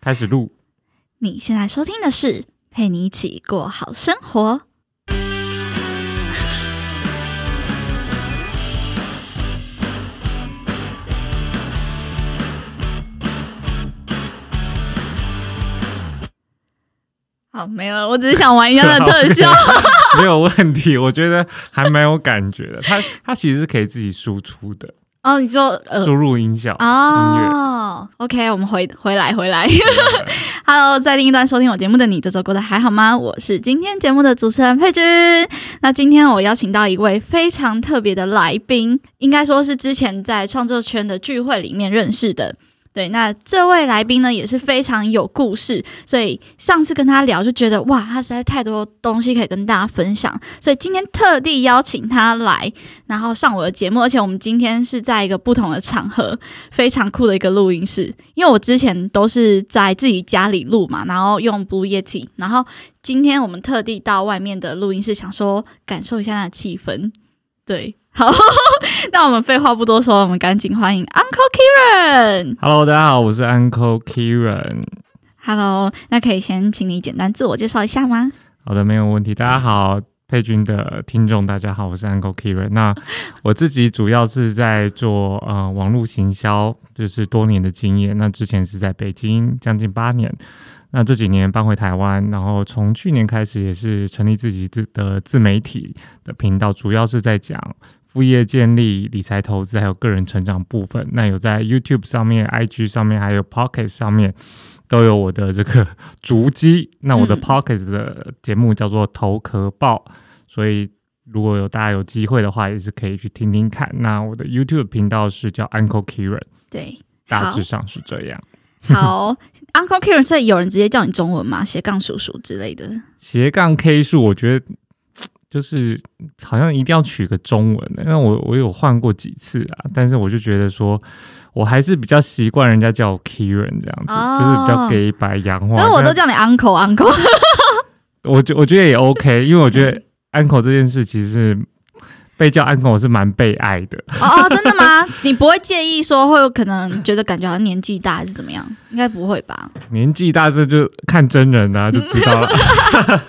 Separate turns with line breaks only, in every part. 开始录。
你现在收听的是《陪你一起过好生活》。好，没了，我只是想玩一 样的特效。
没有问题，我觉得还蛮有感觉的。它它其实是可以自己输出的，
哦，你说呃
输入音效。
哦，OK，我们回回来回来。Hello，在另一端收听我节目的你，这周过得还好吗？我是今天节目的主持人佩君。那今天我邀请到一位非常特别的来宾，应该说是之前在创作圈的聚会里面认识的。对，那这位来宾呢也是非常有故事，所以上次跟他聊就觉得哇，他实在太多东西可以跟大家分享，所以今天特地邀请他来，然后上我的节目，而且我们今天是在一个不同的场合，非常酷的一个录音室，因为我之前都是在自己家里录嘛，然后用 Blue Yeti，然后今天我们特地到外面的录音室，想说感受一下那的气氛。对，好， 那我们废话不多说，我们赶紧欢迎 Uncle Kieran。
Hello，大家好，我是 Uncle Kieran。
Hello，那可以先请你简单自我介绍一下吗？
好的，没有问题。大家好，佩君的听众，大家好，我是 Uncle Kieran。那我自己主要是在做呃网络行销，就是多年的经验。那之前是在北京将近八年，那这几年搬回台湾，然后从去年开始也是成立自己自的自媒体的频道，主要是在讲。副业建立、理财投资还有个人成长部分，那有在 YouTube 上面、IG 上面，还有 Pocket 上面都有我的这个足迹。那我的
嗯
Pocket 的节目叫做“头壳报”，所以如果有大家有机会的话，也是可以去听听看。那我的 YouTube 频道是叫 Uncle Kieran，
对，
大
好
致上是这样。
好 ，Uncle Kieran，所以有人直接叫你中文吗？斜杠叔叔之类的。
斜杠 K 数，我觉得嘖就是好像一定要取个中文的。那我我有换过几次啊，但是我就觉得说，我还是比较习惯人家叫我 Kieran 这样子，
哦
就是比较给白洋化。
但我都
但
叫你 Uncle Uncle。
我觉我觉得也 OK，因为我
嗯
觉得 uncle 这件事其实是被叫 uncle 我是蛮被爱的。
哦哦，真的吗？你不会介意说会有可能觉得感觉好像年纪大还是怎么样？应该不会吧？
年纪大这就看真人啊，就知 道了。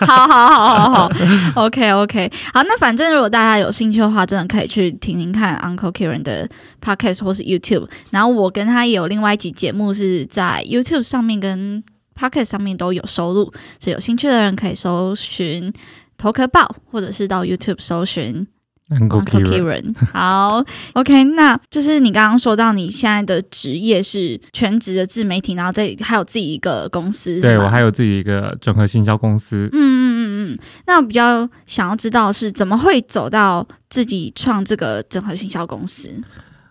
好好好好 好，OK OK，好，那反正如果大家有兴趣的话，真的可以去听听看 Uncle Kieran 的 podcast 或是 YouTube。然后我跟他也有另外一集节目是在 YouTube 上面跟 podcast 上面都有收录，所以有兴趣的人可以搜寻头壳报，或者是到 YouTube 搜寻
uncle
Uncle
Kieran。
Kieran。好，OK，那就是你刚刚说到你现在的职业是全职的自媒体，然后再还有自己一个公司，是
对
吗
我还有自己一个整合行销公司，
嗯嗯嗯嗯，那我比较想要知道是怎么会走到自己创这个整合行销公司？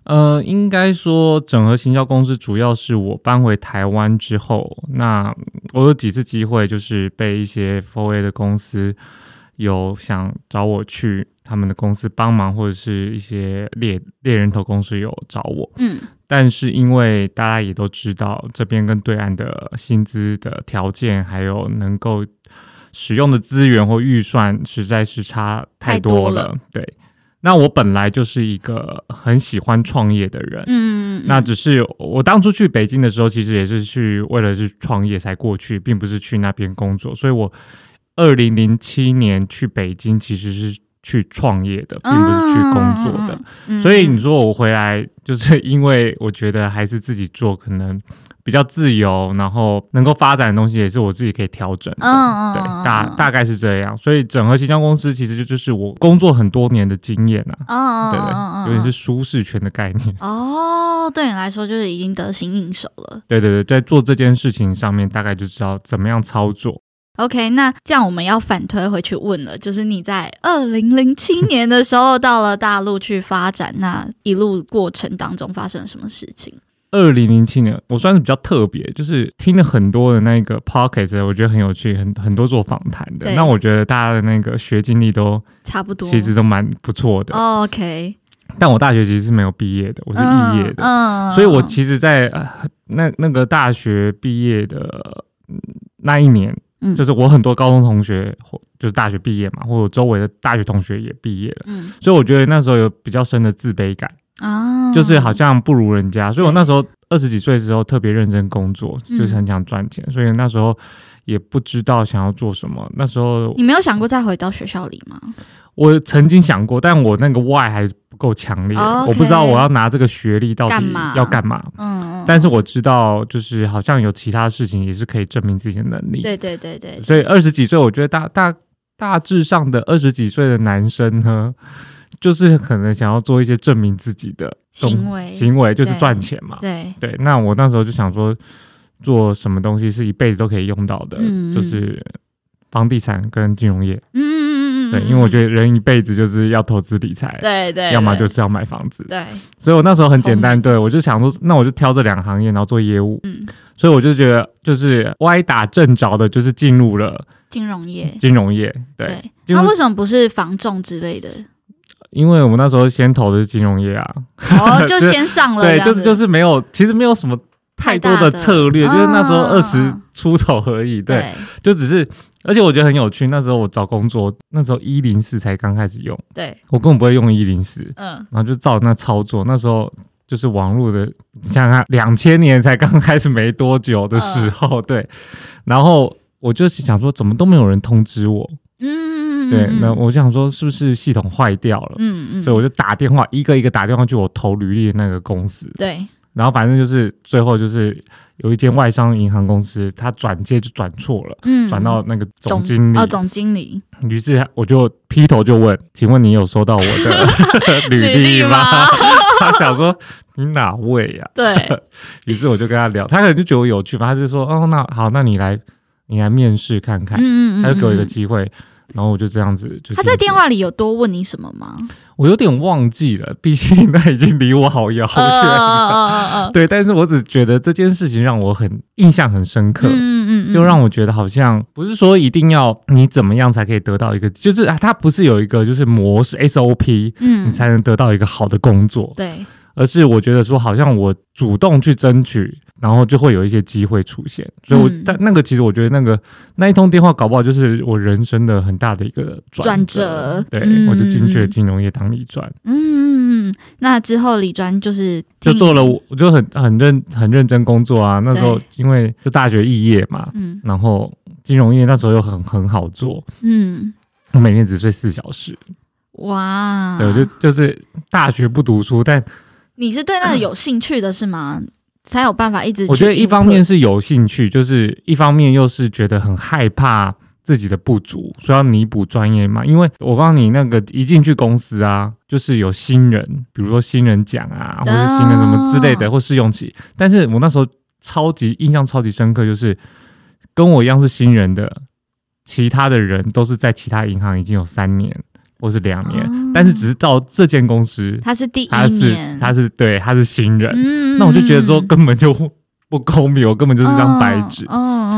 呃，应该说整合行销公司主要是我搬回台湾之后，那我有几次机会就是被一些 4A 的公司有想找我去他们的公司帮忙，或者是一些猎猎人头公司有找我，
嗯，
但是因为大家也都知道，这边跟对岸的薪资的条件，还有能够使用的资源或预算，实在是差太多
太多
对，那我本来就是一个很喜欢创业的人。
嗯，嗯
那
嗯
只是我当初去北京的时候，其实也是去为了是创业才过去，并不是去那边工作。所以我二零零七年去北京其实是去创业的，并不是去工作的。，
嗯
所以你，说我回来，就是 因为我觉得还是自己做可能比较自由，然后能够发展的东西也是我自己可以调整的。
嗯嗯嗯
对
嗯，
大
嗯
大概是这样。所以整合形象公司其实就就是我工作很多年的经验啊，
嗯嗯
对
嗯
不对，
嗯嗯，
有点是舒适圈的概念。
哦，对你来说就是已经得心应手了。
对对对，在做这件事情上面，大概就知道怎么样操作。
OK，那这样我们要反推回去问了，就是你在二零零七年的时候到了大陆去发展，那一路过程当中发生了什么事情？
二零零七年，我算是比较特别，就是听了很多的那个 p o c k e t 我觉得很有趣，很很多做访谈的。
对
那我觉得大家的那个学经历都
差不多，
其实都蛮不错的。
哦 OK，
但我大学其实是没有毕业的，我
我
是肄业的，
嗯，嗯
所以我其实在，呃那那个大学毕业的嗯那一年，
嗯
就是我很多高中同学或就是大学毕业嘛，或者我周围的大学同学也毕业了，
嗯
所以我觉得那时候有比较深的自卑感，
啊，
就是好像不如人家，所以我那时候二十几岁的时候特别认真工作，
嗯
就是很想赚钱，所以那时候也不知道想要做什么。那时候
你没有想过再回到学校里吗？
我曾经想过，但我那个 why 还是不够强烈，
哦，OK
我不知道我要拿这个学历到底
干嘛
要干嘛。
嗯，嗯
但是我知道，就是好像有其他事情也是可以证明自己的能力。
对对对对，
所以二十几岁，我觉得大大大致上的二十几岁的男生呢，就是可能想要做一些证明自己的东
行为
行为就是
对
赚钱嘛。
对，
对，那我那时候就想说，做什么东西是一辈子都可以用到的，
嗯嗯
就是房地产跟金融业。
嗯嗯嗯嗯嗯，
对，因为我
得
觉得人一辈子就是要投资理财，
对对，
要么
对
就是要买房子。
对，
所以我那时候很简
聪
单，
明
对我就想说，那我就挑这两个行业，然后做业务。
嗯，
所以我就觉得，就是歪打正着的，就是进入了
金融业，
金融业。对，
对，
金
那
融
为什么不是房仲之类的？
因为我们那时候先投的是金融业啊，
哦，就
就是
先上了这
对，
样
就
子，
是就是没有，其实没有什么太多的策略，
太大
就
的
是那时候
嗯
二十
嗯
出头而已，对，
对
就只是，而且我觉得很有趣。那时候我找工作，那时候一零四才刚开始用，
对，
我根本不会用一零四，
嗯，
然后就照那操作。那时候就是网络的，你想想看，两千年才刚开始没多久的时
嗯
候，对。然后我就是想说，怎么都没有人通知我，
嗯，嗯
对。那，
嗯
我想说，是不是系统坏掉了？
嗯嗯，
所以我就打电话，一个一个打电话去我投履历的那个公司，
对，
然后反正就是最后就是有一间外商银行公司，他转接就转错了，
嗯，
转到那个总经理。
哦，总经理
于是我就劈头就问：“请问你有收到我 的履历吗？” 他想说：“你哪位呀、
对，
于是我就跟他聊，他可能就觉得我有趣吧，他就说：“哦，那好，那你来，你来面试看看。
嗯
他就给我一个机会，然后我就这样子就。
他在电，话里有多问你什么 吗？
我有点忘记了，毕 竟他已经离我好遥远
嗯
了。
嗯嗯嗯
对，但是我只觉得这件事情让我很印象很深刻。
嗯嗯，
就让我觉得好像不是说一定要你怎么样才可以得到一个，就是啊，它不是有一个就是模式 SOP，
嗯
你才能得到一个好的工作，
对，
而是我觉得说好像我主动去争取，然后就会有一些机会出现。所以我
嗯
但那个其实我觉得那个那一通电话搞不好就是我人生的很大的一个转
转折
对
嗯
我就进去了
嗯嗯
金融业当理专，
嗯嗯嗯，那之后李专就是
就
听
做了
你
我我就很很认很认真工作啊。那时候
对
因为就大学肄业嘛，
嗯
然后金融业那时候又很很好做。
嗯，
我每天只睡四小时，
哇，
对，我就就是大学不读书，但
你是对那个有兴趣的是吗？才有办法一直去 input。
我觉得一方面是有兴趣，就是一方面又是觉得很害怕自己的不足，所以要弥补专业嘛。因为我告诉你，那个一进去公司啊，就是有新人，比如说新人奖啊，或者新人什么之类
哦
的，或试用期。但是我那时候超级印象超级深刻，就是跟我一样是新人的，其他的人都是在其他银行已经有三年或是两年，
哦
但是只是到这间公司，
他是第一
他是
年，
他是对他是新人，
嗯
那我就觉得说
嗯
根本就 不公平，我根本就是
嗯
张白纸
嗯，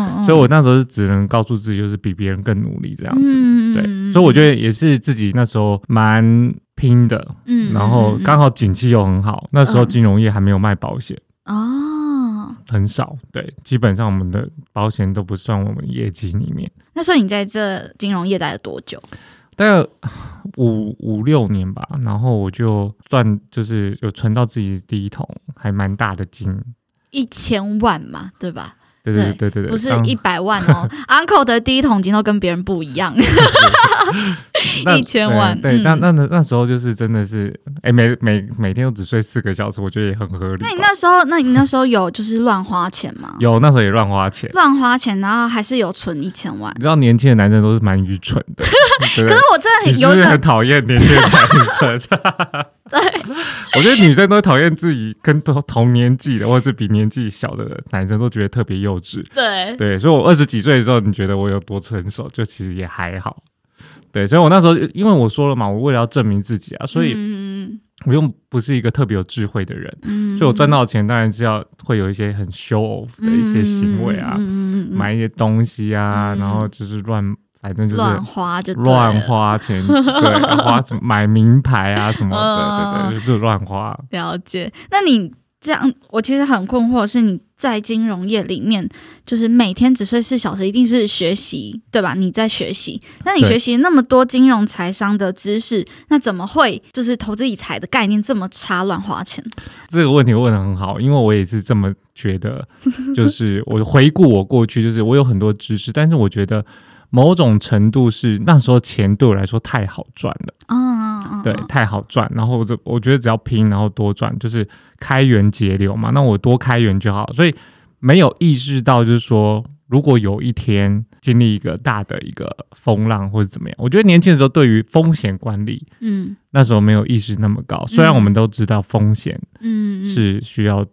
嗯嗯，
所以我那时候就只能告诉自己，就是比别人更努力这样子。
嗯
对，所以我觉得也是自己那时候蛮拼的，
嗯
然后刚
好
好景气又很好，那时候金融业还没有卖保险，
哦，
很少，对，基本上我们的保险都不算我们业绩里面，
那所以你在这金融业待了多久？
大概五五六年吧，然后我就赚，就是有存到自己的第一桶还蛮大的金，
一千万嘛，对吧？
对对对对对，
不是
当
一百 万哦，Uncle 的第一桶金都跟别人不一样。
那
一千万
对，对
嗯
那那那那时候就是真的是，哎、每每每天都只睡四个小时，我觉得也很合理吧。
那你那时候，那你那时候有就是乱花钱吗？
有那时候也乱花钱，
乱花钱，然后还是有存一千万。
你知道年轻的男生都是蛮愚蠢 的，对不
可
对
是？我真的
你
很
是
有
不
一
是很
个，
讨厌年轻的 男生？ 对，我觉得女生都会讨厌自己跟同同年纪的，或者是比年纪小的男生，都觉得特别幼稚。
对，
对，所以我二十几岁的时候，你觉得我有多成熟，就其实也还好。对，所以我那时候因为我说了嘛，我为了要证明自己啊，所以
嗯
我又不是一个特别有智慧的人，
嗯
所以我赚到的钱当然是要会有一些很 show off 的一些行为啊，
嗯嗯嗯嗯嗯嗯
买一些东西啊，
嗯
然后就是乱，反正就是
乱花就对了
乱花钱， 对，花什么买名牌啊什么的，对
嗯
对对，就是乱花。
了解。那你这样，我其实很困惑，是你在金融业里面，就是每天只睡四小时，一定是学习，对吧？你在学习，那你
对
学习那么多金融财商的知识，那怎么会就是投资理财的概念这么差，乱花钱？
这个问题问的很好，因为我也是这么觉 得。就是我回顾我过去，就是我有很多知识，但是我觉得某种程度是那时候钱对我来说太好赚了，
嗯嗯嗯，
对，太好赚。然后这我觉得只要拼，然后多赚，就是开源节流嘛。那我多开源就好，所以没有意识到就是说。如果有一天经历一个大的一个风浪或者怎么样，我觉得年轻的时候对于风险管理
嗯
那时候没有意识那么高。虽然我们都知道风险
嗯，嗯，
是需要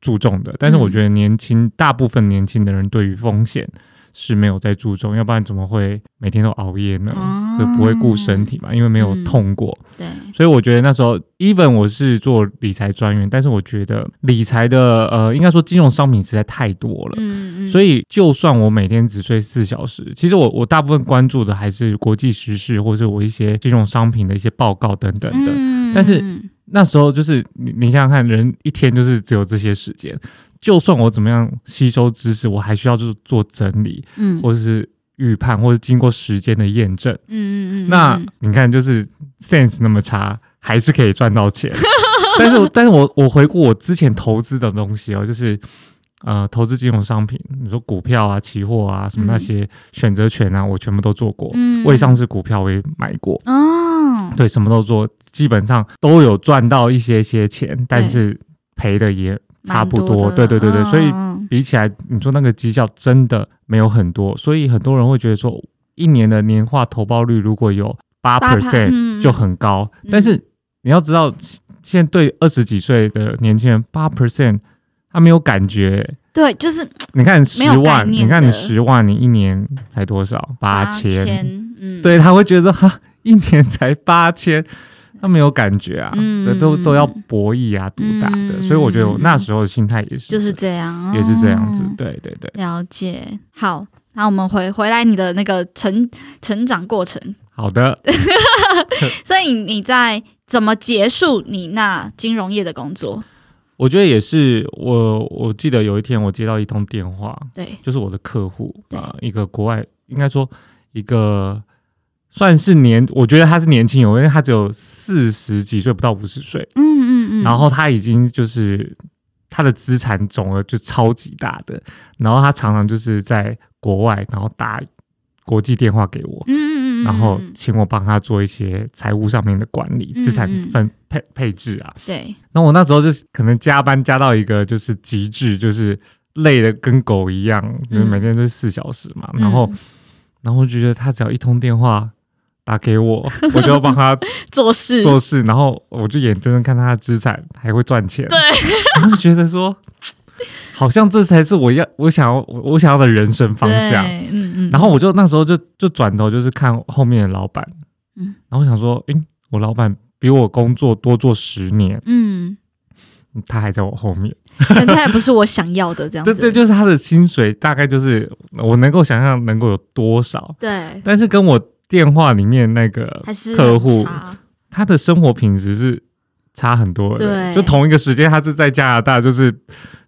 注重的。但是我觉得年轻大部分年轻的人对于风险是没有在注重，要不然怎么会每天都熬夜呢？
哦
就不会顾身体嘛，因为没有
嗯
痛过。
对，
所以我觉得那时候，even 我是做理财专员，但是我觉得理财的呃，应该说金融商品实在太多了。
嗯嗯，
所以，就算我每天只睡四小时，其实我我大部分关注的还是国际时事，或是我一些金融商品的一些报告等等的。
嗯
但是
嗯
那时候就是你，你想想看，人一天就是只有这些时间，就算我怎么样吸收知识，我还需要就是做整理，
嗯
或者是预判，或者经过时间的验证。
嗯嗯，
那你看，就是 sense 那么差，还是可以赚到钱。 但是我，但是我我回顾我之前投资的东西哦，就是呃，投资金融商品，你说股票啊、期货啊，什么那些选择权啊，我全部都做过。
嗯
我也上市股票我也买过，
哦，
对，什么都做，基本上都有赚到一些些钱，但是赔的也差不
蛮
多。
的
对对对对，所以
嗯
比起来，你说那个绩效真的没有很多，所以很多人会觉得说，一年的年化投报率如果有八
8%
percent
嗯
就很高，
嗯
但是你要知道，现在对二十几岁的年轻人，八 percent 他没有感觉。
对，就是
你看
没
十
有概
万，
念
你看你
的
十万，你一年才多少？八千，
千，嗯，
对他会觉得哈，一年才八千，他没有感觉啊，
嗯
对都都要博弈啊，赌打的，
嗯
所以我觉得我那时候的心态也是，
就是这样，
也是这样子
哦，
对对对，
了解，好，那我们回回来你的那个成成长过程，
好的，
所以你在怎么结束你那金融业的工作？
我觉得也是，我我记得有一天我接到一通电话，
对，
就是我的客户
对
啊、一个国外应该说一个。算是年，我觉得他是年轻人，因为他只有四十几岁，不到五十岁，
嗯嗯嗯，
然后他已经就是他的资产总额就超级大的，然后他常常就是在国外，然后打国际电话给我，
嗯，嗯嗯嗯，
然后
嗯
请我帮他做一些财务上面的管理、
嗯
资产
嗯
分配配置啊。
对，
那我那时候就是可能加班加到一个就是极致，就是累的跟狗一样，就是
嗯
每天都是四小时嘛，然后然后我就觉得他只要一通电话。打给我，我就帮他
嗯做事，
做 事，然后我就眼睁睁看他的资产还会赚钱，
对，
然后就觉得说，好像这才是我要我想要我我想要的人生方向。
对，嗯嗯，
然后我就那时候就就转头就是看后面的老板，
嗯
然后我想说，诶，我老板比我工作多做十年，
嗯，
他还在我后面。
但他也不是我想要的这样
对
子，
对，就是他的薪水大概就是我能够想象能够有多少，
对，
但是跟我电话里面那个
还是
客
很
户
差
他的生活品质是差很多的。
对
就同一个时间，他是在加拿大，就是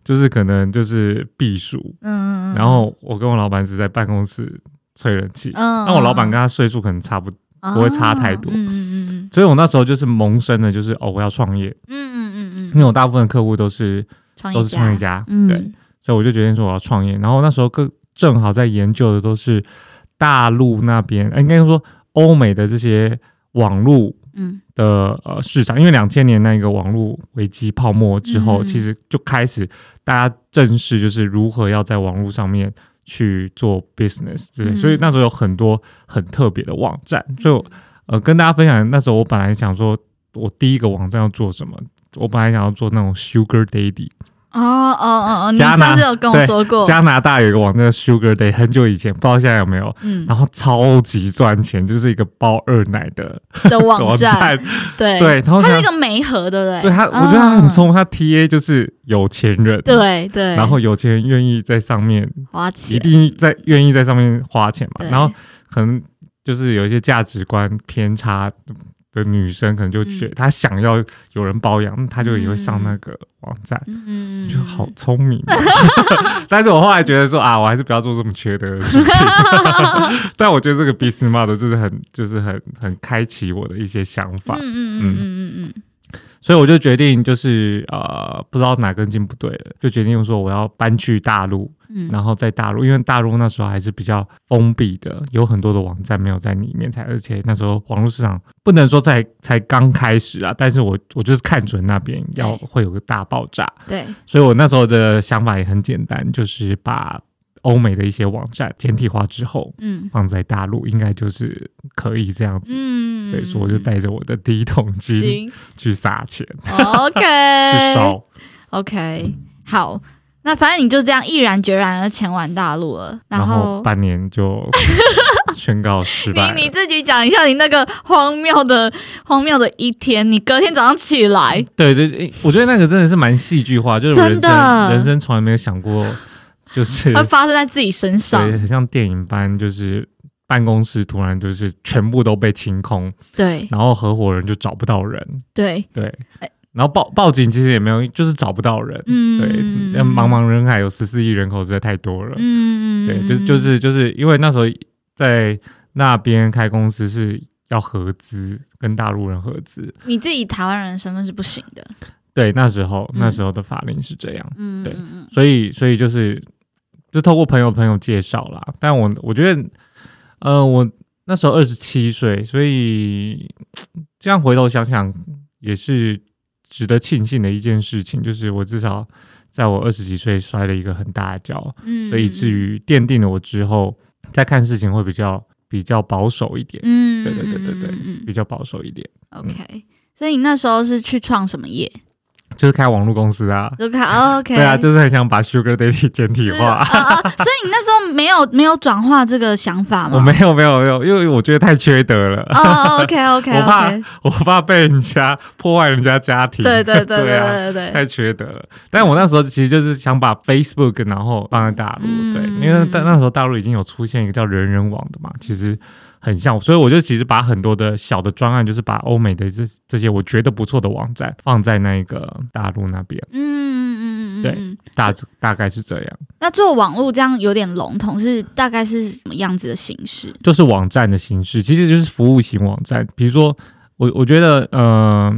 就是可能就是避暑，
嗯，嗯嗯
然后我跟我老板只在办公室吹冷气。
嗯，
那我老板跟他岁数可能差不多，不会差太多
哦嗯嗯嗯
所以我那时候就是萌生的，就是哦，我要创业，
嗯嗯嗯嗯
因为我大部分客户都是
嗯，
都是创业，家，
嗯，
对，所以我就决定说我要创业。然后那时候更正好在研究的都是大陆那边，呃应该说欧美的这些网络
嗯
的呃市场，因为两千年那个网络危机泡沫之后，
嗯
其实就开始大家正视就是如何要在网络上面去做 business 之类，
嗯
所以那时候有很多很特别的网站，所以我呃跟大家分享，那时候我本来想说我第一个网站要做什么。我本来想要做那种 Sugar Daddy，、
哦哦哦哦，你
加拿
上次有跟我
对
说过，
加拿大有一个网站叫 Sugar Daddy，很久以前不知道现在有没有，
嗯
然后超级赚钱，就是一个包二奶的
的网站，
站，
对
对，然后
它
想
是一个媒合，对不对？
对他，我
嗯
觉得他很，聪明，他 TA 就是有钱人，，
对对，
然后有钱人愿意在上面，
花
一
钱，
定在愿意在上面花钱嘛，
对
然后可能就是有一些价值观偏差的女生可能就觉得
嗯
她想要有人包养，那她就也会上那个网站，
嗯，
就好聪明哦。 但是我后来觉得说啊，我还是不要做这么缺德的事 情。但我觉得这个 business model 就是很就是很很开启我的一些想法
嗯，嗯嗯嗯嗯嗯，
所以我就决定就是呃，不知道哪根筋不对了，就决定说我要搬去大陆，
嗯
然后在大陆，因为大陆那时候还是比较封闭的，有很多的网站没有在里面才，而且那时候网络市场不能说才才刚开始啊，但是我我就是看准那边要
对
会有个大爆炸，
对，
所以我那时候的想法也很简单，就是把欧美的一些网站简体化之后
嗯
放在大陆，应该就是可以这样子。
嗯，
对，所以我就带着我的第一桶金
金
去撒钱，
，OK，哎
去烧。
OK，好，那反正你就这样毅然决然的前往大陆了，
然
后。
半年就 宣告失败
你你
了。
自己讲一下你那个荒谬的荒谬的一天，你隔天早上起来，
对对，对我觉得那个真的是蛮戏剧化，就是我人
真的啊
生人生从来没有想过，就是
会发生在自己身上
对，，很像电影般，就是办公室突然就是全部都被清空，
对
然后合伙人就找不到人，
对，
对，然后报报警其实也没有，就是找不到人，
嗯，
对，那茫，茫人海有十四亿人口实在太多了，
嗯，
对，就就是就是因为那时候在那边开公司是要合资，跟大陆人合资。
你自己台湾人的身份是不行的，
对，那时候
嗯
那时候的法令是这样，
嗯，
对
嗯
所以所以就是就透过朋友朋友介绍啦。但我我觉得，呃，我那时候二十七岁，所以这样回头想想也是值得庆幸的一件事情，就是我至少在我二十几岁摔了一个很大的跤，
嗯，
所以以至
于，
于奠定了我之后再看事情会比较比较保守一点，
嗯，
对对对对嗯对
嗯
比较保守一点，
，OK，所以你那时候是去创什么业？
就是开网络公司啊。
就看，OK，哦
对啊，就是很想把 Sugar Daddy 简体
是
化。
啊啊所以你那时候没有没有转化这个想法吗？
我没有没有没有，因为我觉得太缺德了，
哦，OK OK
我怕
OK，
我怕被人家破坏人家家庭。
对对对对
对啊
对对对对，
太缺德了，但我那时候其实就是想把 Facebook 然后放在大陆，
嗯
对，因为但那时候大陆已经有出现一个叫人人网的嘛，其实很像，所以我就其实把很多的小的专案，就是把欧美的这这些我觉得不错的网站放在那个大陆那边，
嗯嗯嗯嗯嗯，
对
嗯。
大大概是这样，
那做网络这样有点笼统，是大概是什么样子的形式？
就是网站的形式，其实就是服务型网站，比如说我我觉得呃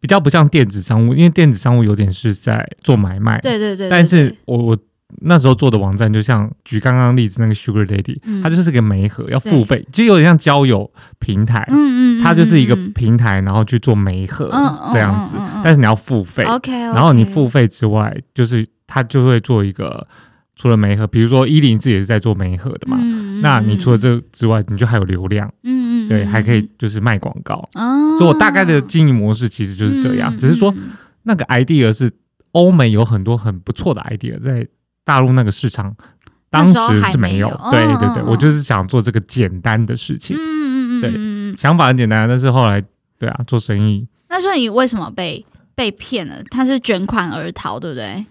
比较不像电子商务，因为电子商务有点是在做买卖，
对对对对
但是
对
我我那时候做的网站，就像举刚刚例子那个 Sugar Daddy，、
嗯
它就是个媒合，要付费，就有点像交友平台，
嗯嗯嗯，
它就是一个
嗯
平台，然后去做媒合、
嗯
这样子，
嗯嗯嗯嗯
但是你要付费，
OK，
然后你付费之外，就是它就会做一个除了媒合，比如说一零自己也是在做媒合的嘛，
嗯
那你除了，
嗯
这之外，你就还有流量，
嗯嗯嗯，
对，
嗯
还可以，就是卖广告。
哦，
所以我大概的经营模式其实就是这样，
嗯
只是说，
嗯嗯
那个 idea 是欧美有很多很不错的 idea，在大陆那个市场当时是没有。
那时候还
对
没有
对对，
哦哦哦
我就是想做这个简单的事情，
嗯嗯嗯嗯，
对
对。
想法很简单，但是后来对啊，做生意，
那所以你为什么被被骗了？他是卷款而逃，对不对？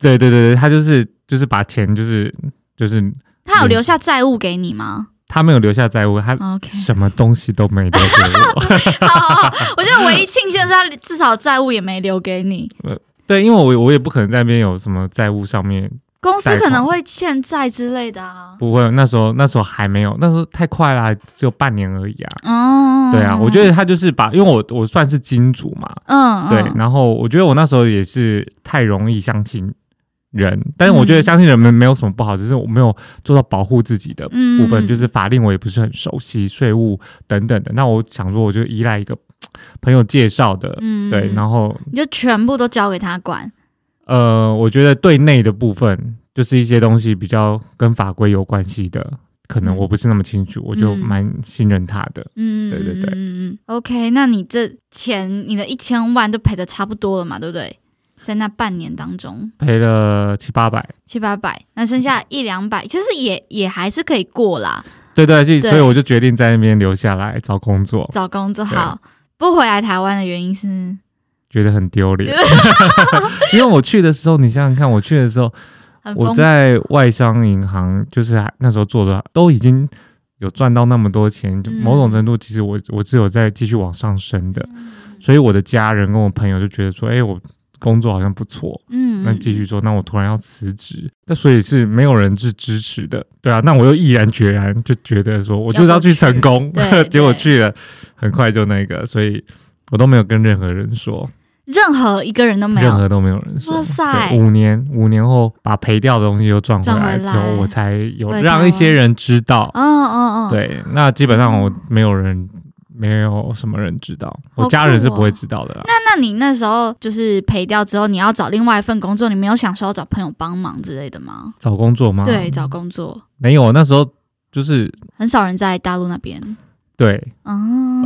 对对对对，他就是就是把钱就是就是
他有留下债务给你吗
他没有留下债务，他
？OK，
什么东西都没留给我。
好好好，我觉得唯一庆幸的是他至少债务也没留给你。
对，因为我我也不可能在那边有什么债务上面
公司可能会欠债之类的啊。
不会，那时候那时候还没有，那时候太快啦，只有半年而已啊。
哦，
对啊，我觉得他就是把，因为我我算是金主嘛，
嗯，嗯，
对，然后我觉得我那时候也是太容易相信人，但是我觉
嗯
得相信人们没有什么不好，只是我没有做到保护自己的
嗯
部分，就是法令我也不是很熟悉，税务等等的。那我想说，我就依赖一个朋友介绍的，
嗯
对，然
后
后
你就全部都交给他管，
呃，我觉得对内的部分就是一些东西比较跟法规有关系的，可能
嗯
我不是那么清楚，我就
嗯
蛮信任他的。
嗯，
对对对
嗯嗯，OK，那你这钱你的一千万都赔的差不多了嘛，对不对？在那半年当中，
赔了七八百，
七八百，那剩下一两百，其实也也还是可以过啦，
对对，所以
对
所以我就决定在那边留下来找工作，
找工作
啊
好。不回来台湾的原因是
觉得很丢 脸。因为我去的时候，你想想看，我去的时候，
很
我
疯，
在外商银行，就是还那时候做的都已经有赚到那么多钱，就
嗯
某种程度其实我我是有在继续往上升的，
嗯
所以我的家人跟我朋友就觉得说，哎、我工作好像不错，
嗯，
那继续做，那我突然要辞职，那所以是没有人是支持的，对啊，那我又毅然决然就觉得说，我就是要去成功
要过去 对，
结果去了，很快就那个，所以我都没有跟任何人说，
任何一个人都没
任
有
何都没有人说。
哇塞
对五年五年后把赔掉的东西又赚回来之
赚回
后，
来
我才有
对台
让
湾
一些人知道。
哦哦哦，，
对，那基本上我没有人，没有什么人知道，
好
我家人是
酷哦
不会知道的啦。
那那你那时候就是赔掉之后，你要找另外一份工作，你没有想说要找朋友帮忙之类的吗？
找工作吗？
对，，找工作
没有，那时候就是
很少人在大陆那边
对。
哦，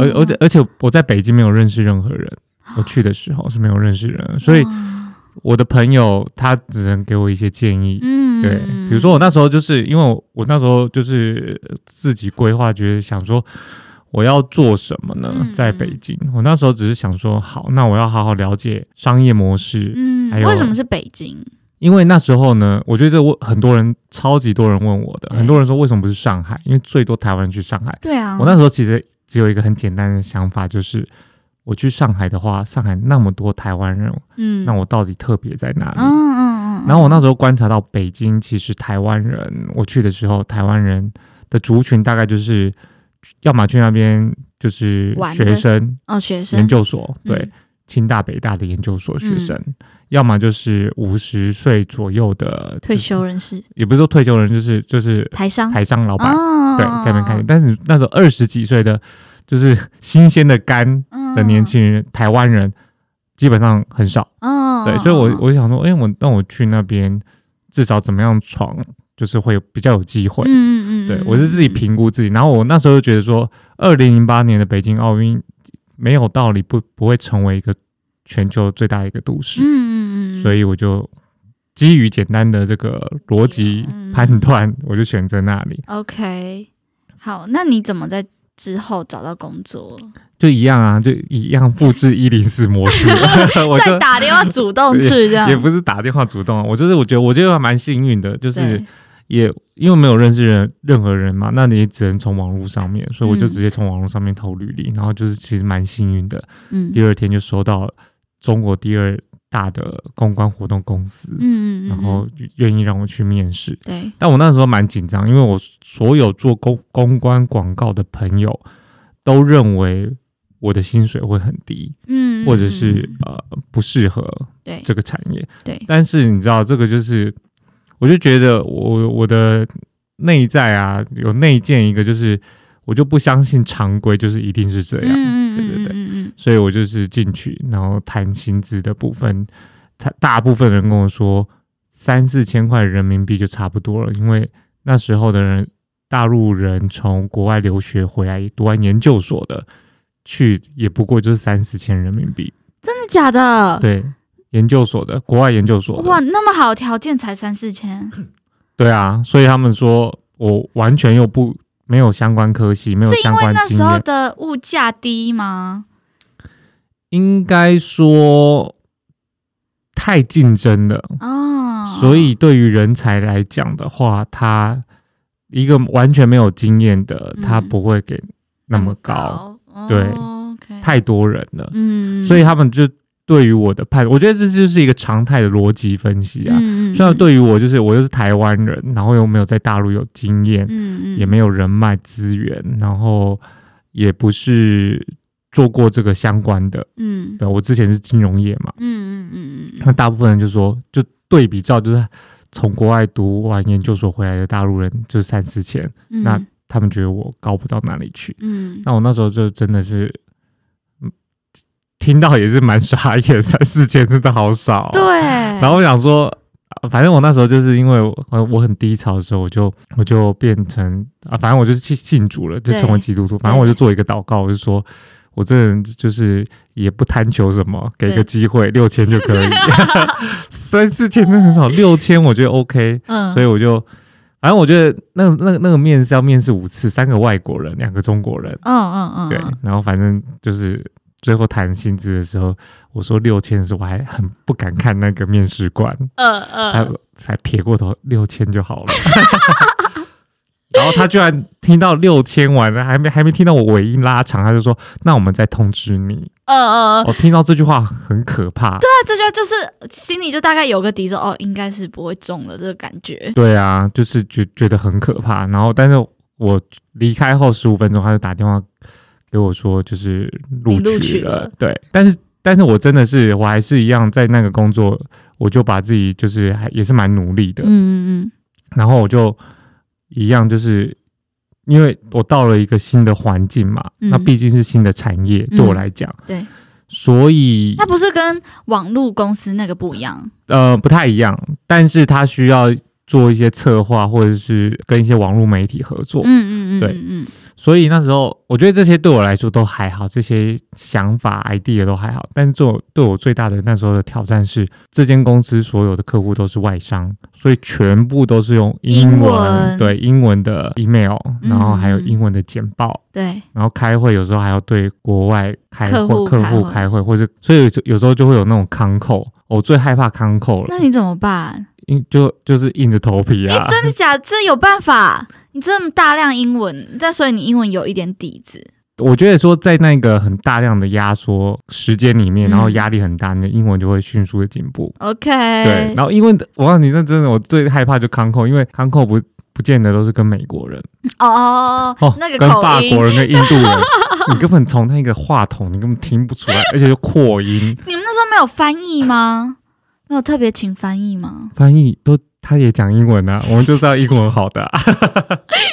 而而且而且我在北京没有认识任何 人，我去的时候是没有认识人的，所以
哇
我的朋友他只能给我一些建议。
嗯，
对，比如说我那时候就是因为我我那时候就是呃自己规划，觉得想说我要做什么呢
嗯，
在北京。我那时候只是想说，好，那我要好好了解商业模式，
嗯，
还有
为什么是北京？
因为那时候呢，我觉得这我很多人超级多人问我的，
对
很多人说为什么不是上海？因为最多台湾人去上海。
对啊，
我那时候其实只有一个很简单的想法，就是我去上海的话，上海那么多台湾人，
嗯，
那我到底特别在哪里？
嗯嗯嗯，
然后我那时候观察到北京，其实台湾人，我去的时候，台湾人的族群大概就是，要么去那边就是
玩的
学生、
哦学生
研究所，对，
嗯
清大、北大的研究所学生，要么就是五十岁左右的
退，
就是
休人啊士
也不是说退休人，就是就是
台商
呃台商老板，
哦
对，在那边看见。但是那时候二十几岁的，就是新鲜的肝
啊
的年轻人，台湾人基本上很少。
嗯，嗯
对，
嗯
所以
嗯
我我想说，哎、我那我去那边至少怎么样闯，就是会有比较有机会。
嗯嗯嗯，
对我是自己
评，
评估自己，然后我那时候就觉得说，二零零八年的北京奥运没有道理不不会成为一个全球最大的一个都市，
嗯嗯嗯，
所
以
以我就基于简单的这个逻辑
嗯
判断，我就选择那里。
OK，好，那你怎么在之后找到工作？
就一样啊，就一样复制一零四模式， 我
再
就
打电话主动去这样
也，不是打电话主动啊，我就是我觉得我觉得还蛮幸运的，就是
对
也因为没有认识人任何人嘛，那你也只能从网络上面，所以我就
嗯
直接从网络上面投履历，然后就是其实蛮幸运的，
嗯
第二天就收到中国第二大的公关活动公司，
嗯嗯，
然后
嗯
愿意让我去面试，
对，
但我那时候蛮紧张，因为我所有做公公关广告的朋友都认为我的薪水会很低，
嗯，
或者
嗯
是
嗯
呃不适合
对
这个产业。
对，
但是你知道，这个就是我就觉得我我的内在啊有内建一个，就是我就不相信常规就是一定是这样，
嗯嗯
对
嗯
对
嗯
对。
嗯
所以我就是进去，然后谈薪资的部分，他大部分人跟我说三四千块人民币就差不多了，因为那时候的人，大陆人从国外留学回来读完研究所的，去也不过就是三四千人民币，
真的假的？
对，研究所的国外研究所
哦哇，
的，
那么好的条件才三四千，
对啊，所以他们说我完全又不没有相关科系，没有
是因
相
为
关
那
经
时候
验，
的物价低吗？
应该说太竞争了。
哦，
所以对于人才来讲的话，他一个完全没有经验的，
嗯
他不会给那么高，
高，哦
对
，OK，
太多人了，
嗯，
所以他们就对于我的判，我觉得这就是一个常态的逻辑分析啊。
嗯，嗯
虽然，对于我，就是我又是台湾人，然后又没有在大陆有经验，
嗯嗯，
也没有人脉资源，然后也不是做过这个相关的。
嗯，
对，我之前是金融业嘛，
嗯嗯嗯嗯
那大部分人就说，就对比照，就是从国外读完研究所回来的大陆人，就是三四千，
嗯，
那他们觉得我高不到哪里去。
嗯，
那我那时候就真的是，嗯听到也是蛮傻眼，三四千真的好少、啊
对，。
哦
哎
然后我想说，啊反正我那时候就是因为我我很低潮的时候，我就我就变成啊，反正我就是信信主了，就
对
成为基督徒。反正我就做一个祷告，我就说。我这人就是也不贪求什么，给
对
个机会六千就可以，三四千真的很少，六千我觉得 OK，
嗯，
所以我就，反正我觉得那个那个那个面试要面试五次，三个外国人，两个中国人，
嗯嗯嗯，
对，然后反正就是最后谈薪资的时候，我说六千的时候，我还很不敢看那个面试官，
嗯
他
嗯，
才撇过头，六千就好了。 然后他居然听到六千完了，还没还没听到我尾音拉长，他就说：“那我们再通知你。
呃呃，”
我听到这句话很可怕。
那这就就是心里就大概有个底说，哦，应该是不会中了这个感觉。
对啊，就是觉觉得很可怕。然后，但是我离开后十五分钟，他就打电话给我说，就是录
你录取
取
了
对，但是但是我真的是，我还是一样在那个工作，我就把自己就是还也是蛮努力的。
嗯嗯
然后我就一样，就是因为我到了一个新的环境嘛，
嗯
那毕竟是新的产业，
嗯
对我来讲，
嗯，对，
所以
它不是跟网络公司那个不一样。
呃不太一样，但是他需要做一些策划，或者是跟一些网络媒体合作，
嗯嗯嗯，
对
嗯嗯，
所以那时候我觉得这些对我来说都还好，这些想法 idea 都还好，但是做对我最大的那时候的挑战是，这间公司所有的客户都是外商，所以全部都是用英文，
英文
对英文的 email，
嗯
然后还有英文的简报。
对，
然后开会有时候还要对国外开
客
会
户
客户
开会
开会，或者所以有有时候就会有那种康扣，我最害怕康扣了
那，你怎么办？
因就就是硬着头皮
哎、
啊。
真 的假的？这有办法？你这么大量英文，但所以你英文有一点底子。
我觉得说在那个很大量的压缩时间里面，
嗯
然后压力很大，你的英文就会迅速的进步。
OK，
对，然后英文的，我告诉你，那真的我最害怕就康扣，因为康扣不不见得都是跟美国人
哦哦哦
哦，，
那个
跟
口
法
音，
国人跟印度人， 你根本从那个话筒你根本听不出来，而且就扩音。
你们那时候没有翻译吗？没有特别请翻 译吗？
翻译都他也讲英文 啊，我们就知道英文好的、啊，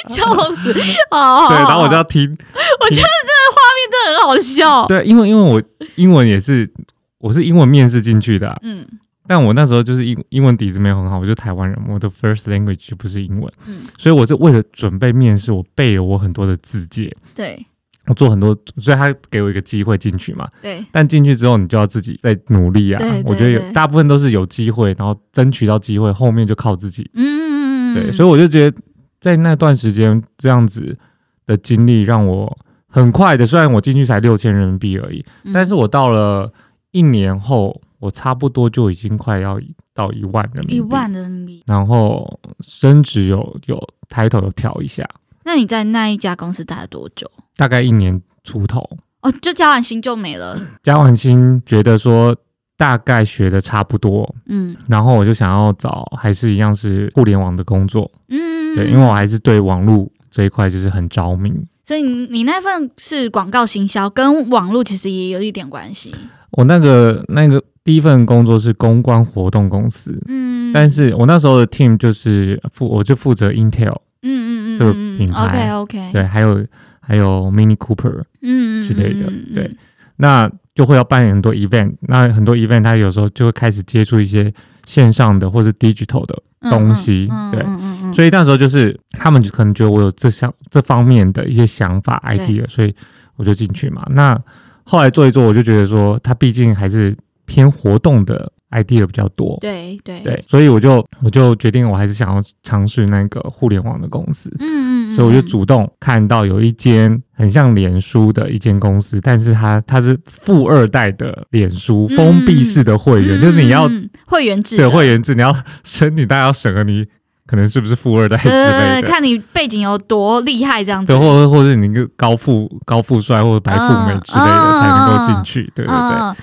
笑 死！哦，
对，然后我就要听，
我觉得这个画面真的很好笑。
对，因为因为我英文也是我是英文面试进去的啊、
嗯
但我那时候就是英英文底子没有很好，我就台湾人，我的 first language 就不是英文，
嗯，
所以我是为了准备面试，我背了我很多的字界，
对
我做很多，所以他给我一个机会进去嘛，
对，
但进去之后你就要自己再努力啊，
对对
我觉得
对
有大部分都是有机会，然后争取到机会，后面就靠自己
嗯，
对，所以我就觉得在那段时间这样子的经历，让我很快的，虽然我进去才六千人民币而已，
以
但是我到了一年后，我差不多就已经快要到一万人民币，
一，万人民币。
然后升职有有抬头有调一下，
那你在那一家公司待了多久？
大概一年出头，
哦，就交完薪就没了。
加完薪觉得说。大概学的差不多，
嗯
然后我就想要找还是一样是互联网的工作，
嗯，
对，因为我还是对网络这一块就是很着迷，
所以你你那份是广告行销，跟网络其实也有一点关系。
我那个那个第一份工作是公关活动公司，
嗯，
但是我那时候的 team 就是负，我就负责 Intel，
嗯嗯嗯，
这个品牌
OK OK，，
对，还有还有 Mini Cooper，
嗯嗯
之类的
嗯嗯
对那就会要办很多 event，那很多 event 它有时候就会开始接触一些线上的或是 digital 的，
嗯
东西
嗯嗯
对
嗯嗯嗯，
所以那时候就是他们就可能觉得我有这项这方面的一些想法
对
idea，所以我就进去嘛。那后来做一做，我就觉得说，它毕竟还是偏活动的 idea 比较多，
对对，
对，所以我就我就决定，我还是想要尝试那个互联网的公司，
嗯嗯嗯，
所以我就
嗯
主动看到有一间很像脸书的一间公司，但是它它是富二代的脸书
嗯
封闭式的会员，就是你要
嗯嗯嗯嗯会员制
对
的，
会员制，你要申请，大家要审核你可能是不是富二代之
对，对对
类
对，
的。
看你背景有多厉害这样子，
对，或者或者你个高富高富帅或者白富美之类的、
嗯
才能够进去，对对对。
嗯，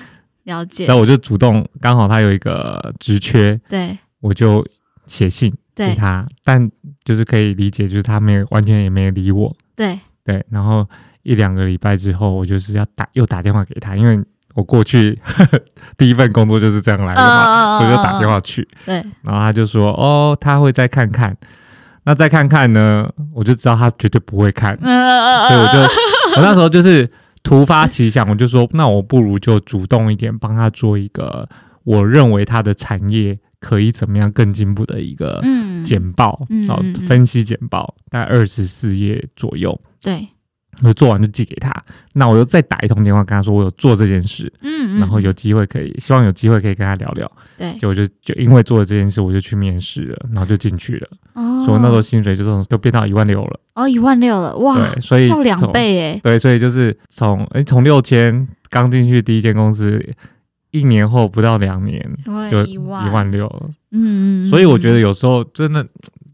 了解
所，以我就主动，刚好他有一个职缺，
对
我就写信给
对
他，但就是可以理解，就是他没有完全也没有理我，
对，
对。然后一两个礼拜之后，我就是要打又打电话给他，因为我过去 第一份工作就是这样来的嘛，
嗯
所以就打电，话去，
对，
然后他就说哦，他会再看看。那再看看呢，我就知道他绝对不会看，
嗯
所以我就我那时候就是突发奇想，我就说，那我不如就主动一点，帮他做一个我认为他的产业可以怎么样更进步的一个
嗯，
简报，
嗯
然后
嗯嗯
分析简报，大概二十四页左右，
对，
我做完就寄给他。那我又再打一通电话跟他说我有做这件事，
嗯，嗯
然后有机会可以，希望有机会可以跟他聊聊。
对，
就我就就因为做了这件事，我就去面试了，然后就进去了，
哦，
所以我那时候薪水就从就变到一万六了。
哦一万六了，哇，
对，所以
要两
从
倍哎，
对，所以就是从诶从六千刚进去第一间公司，一年后不到两年
因为
就
一
一
万
万六，
嗯嗯，嗯
所以我觉得有时候真的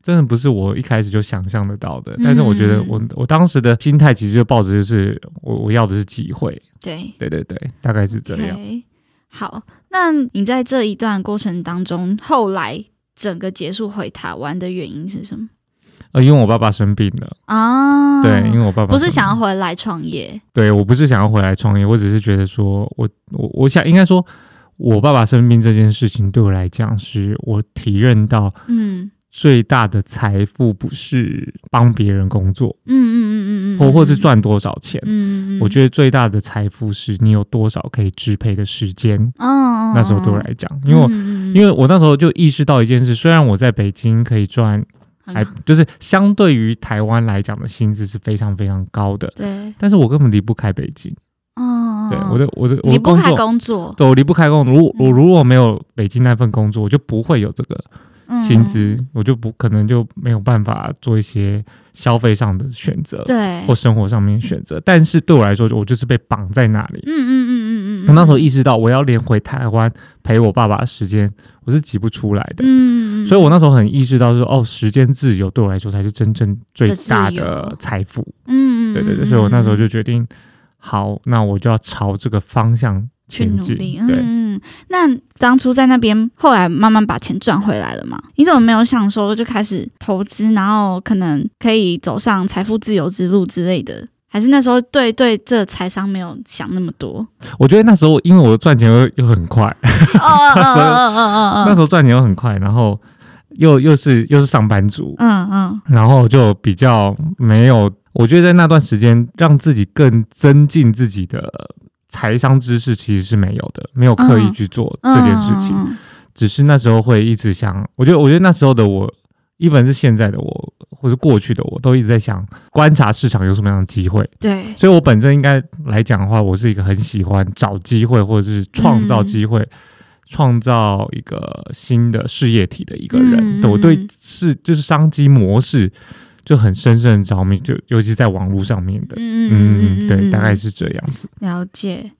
真的不是我一开始就想象得到
嗯
的。但是我觉得我我当时的心态其实就抱着就是我我要的是机会，
嗯对，
对对对，大概是这样。
OK，好，那你在这一段过程当中，后来整个结束回台湾的原因是什么
呃，因为我爸爸生病了，
啊？
对，因为我爸爸
不是
生
想要
病
回来创业，
对我不是想要回来创业，我只是觉得说我我我想应该说，我爸爸生病这件事情对我来讲，是我体认到
嗯
最大的财富不是帮别人工作，
嗯嗯嗯嗯嗯，
或或是
嗯，
赚多少钱。
嗯嗯嗯，
我觉得最大的财富是你有多少可以支配的时间。
得，哦，嗯
那时候对我来讲，因为我、
因
因为我那时候就意识到一件事，虽然我在北京可以赚，
哎
还就是相对于台湾来讲的薪资是非常非常高的，
对，
但是我根本离不开北京。
哦，
对，我的我的我
离
的
不
工
开
作，
工作，
对我离不开工作。如果
嗯
我如果没有北京那份工作，我就不会有这个
嗯
薪，资，我就不可能就没有办法做一些消费上的选择。
对，
或生活上面的选择，但是对我来说，我就是被绑在那里。
嗯嗯嗯嗯嗯，
我那时候意识到，我要连回台湾陪我爸爸的时间，我是挤不出来的。
嗯，嗯，嗯
所以我那时候很意识到说，哦，时间自由对我来说才是真正最大
的自
的
由
财富。
嗯嗯，嗯
对对对，
嗯
所以我那时候
嗯
就决定，好，那我就要朝这个方向
去
前
努
进
力。。
对，
嗯，嗯那当初在那边，后来慢慢把钱赚回来了嘛？你怎么没有想说就开始投资，然后可能可以走上财富自由之路之类的？还是那时候对对这财商没有想那么多？
我觉得那时候因为我赚钱又又很快，
哦哦
那时候
哦哦
那
哦
时候赚钱又很快，然后又又是又是上班族，
嗯嗯
然后就比较没有，我觉得在那段时间让自己更增进自己的财商知识，其实是没有的，没有刻意去做这
嗯，
件事情，
嗯嗯嗯
只是那时候会一直想，我觉得，我觉得那时候的我，一本是现在的我，或是过去的我，都一直在想观察市场有什么样的机会。
对，
所以我本身应该来讲的话，我是一个很喜欢找机会或者是创造机会、创造一个新的事业体的一个人。
嗯
对我对
嗯
是就是商机模式就很深深地着迷，就尤其在网络上面的。嗯，
嗯
对，大概是这样子。
了解。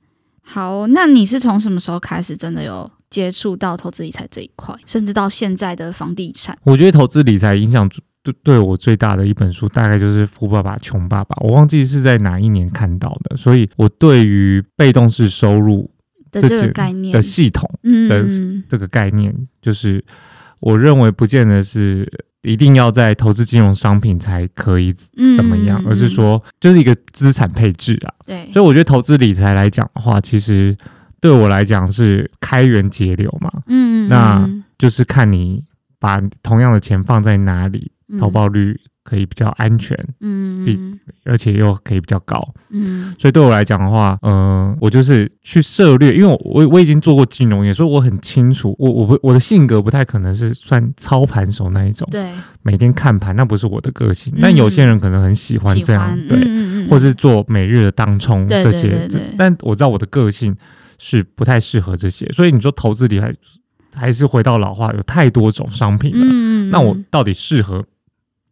好，那你是从什么时候开始真的有接触到投资理财这一块，甚至到现在的房地产？
我觉得投资理财影响最对对我最大的一本书，大概就是《富爸爸穷爸爸》，我忘记是在哪一年看到的，所以我对于被动式收入
的
这
这个
件
概念
的系统。
嗯
的
嗯
这个概念，就是我认为不见得是一定要在投资金融商品才可以
嗯
怎么样，
嗯
而是
嗯
说就是一个资产配置啊。
对，
所以我觉得投资理财来讲的话，其实对我来讲是开源节流嘛，
嗯嗯
那
嗯
就是看你把同样的钱放在哪里，
嗯
投报率可以比较安全，
嗯
比
嗯
而且又可以比较高。
嗯
所以对我来讲的话，嗯、我就是去涉略，因为我我我已经做过金融业，所以我很清楚，我我不我的性格不太可能是算操盘手那一种，
对，
每天看盘那不是我的个性
嗯。
但有些人可能很喜欢
喜
这样，
欢
对，
嗯嗯嗯
或是做每日的当冲
对
这些
对对
这
对
但我知道我的个性是不太适合这些，所以你说投资理财还是回到老话，有太多种商品了，
嗯嗯
那我到底适合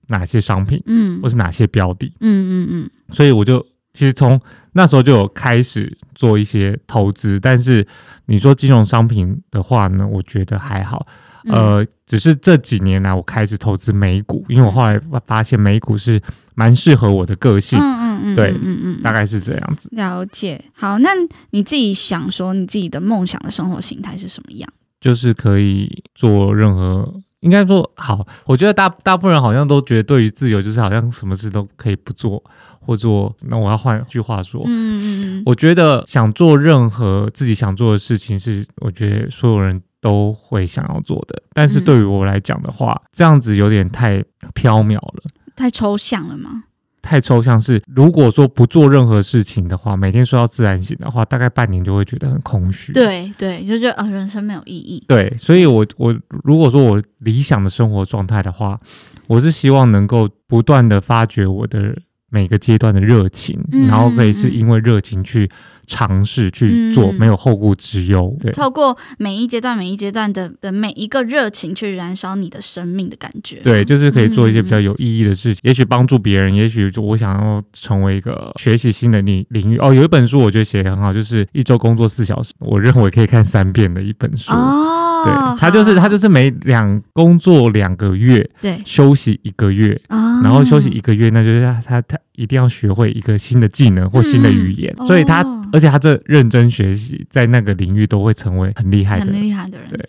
哪些商品，
嗯
或是哪些标的？
嗯嗯嗯
所以我就其实从那时候就有开始做一些投资，但是你说金融商品的话呢，我觉得还好。
嗯
呃，只是这几年啊来我开始投资美股，因为我后来发发现美股是蛮适合我的个性，
嗯嗯嗯
对
嗯嗯嗯
大概是这样子。
了解。好，那你自己想说你自己的梦想的生活形态是什么样？
就是可以做任何，应该说好。我觉得大大部分人好像都觉得对于自由就是好像什么事都可以不做，或做。那我要换句话说，
嗯嗯嗯
我觉得想做任何自己想做的事情，是我觉得所有人都会想要做的。但是
嗯
对于我来讲的话，这样子有点太缥缈了，
嗯，太抽象了吗？
太抽象是。如果说不做任何事情的话，每天睡到自然醒的话，大概半年就会觉得很空虚。
对对，就觉得呃人生没有意义。
对，所以我我如果说我理想的生活状态的话，我是希望能够不断的发掘我的每个阶段的热情，
嗯
然后可以是因为热情去尝试去做，
嗯
没有后顾之忧。对，
透过每一阶段、每一阶段的的每一个热情去燃烧你的生命的感觉。
对，就是可以做一些比较
嗯
有意义的事情，也许帮助别人，也许就我想要成为一个学习新的领领域。哦，有一本书我觉得写的很好，就是一周工作四小时，我认为可以看三遍的一本书。
哦，
对，它就是它就是每两工作两个月，
对
休息一个月，
啊
然后休息一个月，那就是他他他一定要学会一个新的技能或新的语言，
嗯
所以他、
哦
而且他这认真学习，在那个领域都会成为很厉害
很
的人。
厉害的人。
对，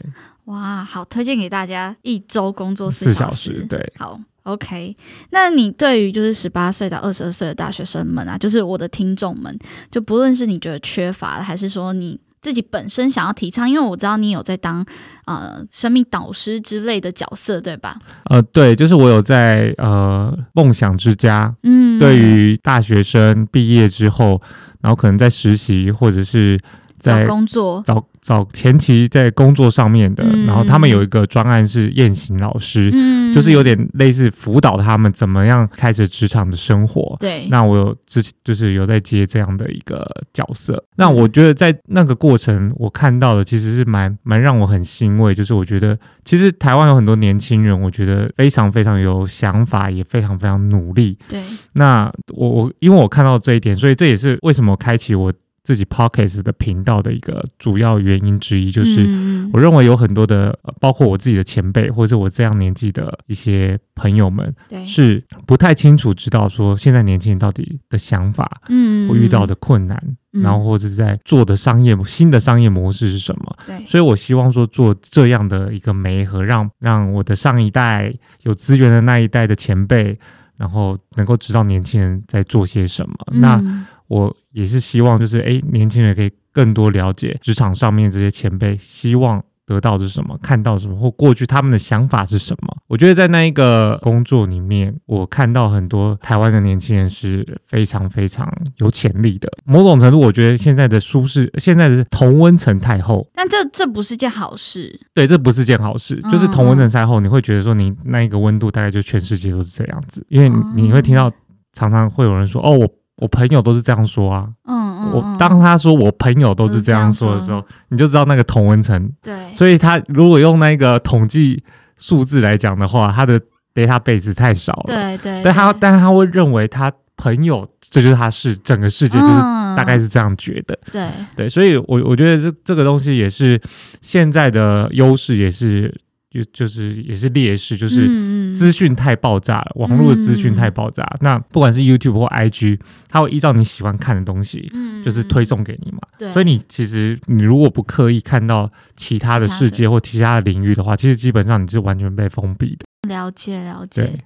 哇，好，推荐给大家一周工作
四
小
小时，对，
好，OK。那你对于就是十八岁到二十二岁的大学生们啊，就是我的听众们，就不论是你觉得缺乏的，还是说你自己本身想要提倡，因为我知道你有在当呃生命导师之类的角色，对吧？
呃，对，就是我有在呃梦想之家，
嗯，
对于大学生毕业之后，然后可能在实习或者是
找
在
工作，
找找前期在工作上面的，
嗯
然后他们有一个专案是燕行老师，
嗯，
就是有点类似辅导他们怎么样开始职场的生活。
对，
那我有之前就是有在接这样的一个角色，那我觉得在那个过程，我看到的其实是蛮蛮让我很欣慰，就是我觉得其实台湾有很多年轻人，我觉得非常非常有想法，也非常非常努力。
对，
那我我因为我看到这一点，所以这也是为什么开启我自己 Pockets 的频道的一个主要原因之一，就是
嗯
我认为有很多的，呃包括我自己的前辈，或者是我这样年纪的一些朋友们，
对，
是不太清楚知道说现在年轻人到底的想法，
嗯
会遇到，的困难，
嗯
然后或者是在做的商业新的商业模式是什么。
对，
所以我希望说做这样的一个媒合，让让我的上一代有资源的那一代的前辈。然后能够知道年轻人在做些什么，那
嗯
我也是希望就是诶，年轻人可以更多了解职场上面这些前辈希望得到的是什么，看到什么，或过去他们的想法是什么。我觉得在那一个工作里面，我看到很多台湾的年轻人是非常非常有潜力的。某种程度，我觉得现在的舒适，现在的同温层太厚，
但这这不是件好事，
对，这不是件好事。就是
嗯
同温层太厚，你会觉得说你那一个温度大概就全世界都是这样子，因为你
哦
你会听到常常会有人说哦，我我朋友都是这样说啊，
嗯嗯，
我
嗯
当他说我朋友都是这样说的时候，你就知道那个同温层。
对，
所以他如果用那个统计数字来讲的话，他的 database 太少了。
对对，
但他但他会认为他朋友这就是他是整个世界就是
嗯
大概是这样觉得。
对，
对，所以我我觉得这这个东西也是现在的优势，也是就就是也是劣势，就是。
嗯嗯嗯
资讯太爆炸了，网络的资讯太爆炸。那不管是 YouTube 或 IG，它会依照你喜欢看的东西，
嗯
就是推，送给你嘛。
对，
所以你其实你如果不刻意看到其他的世界或其他的领域的话，其实基本上你是完全被封闭的。
了解了
对
解。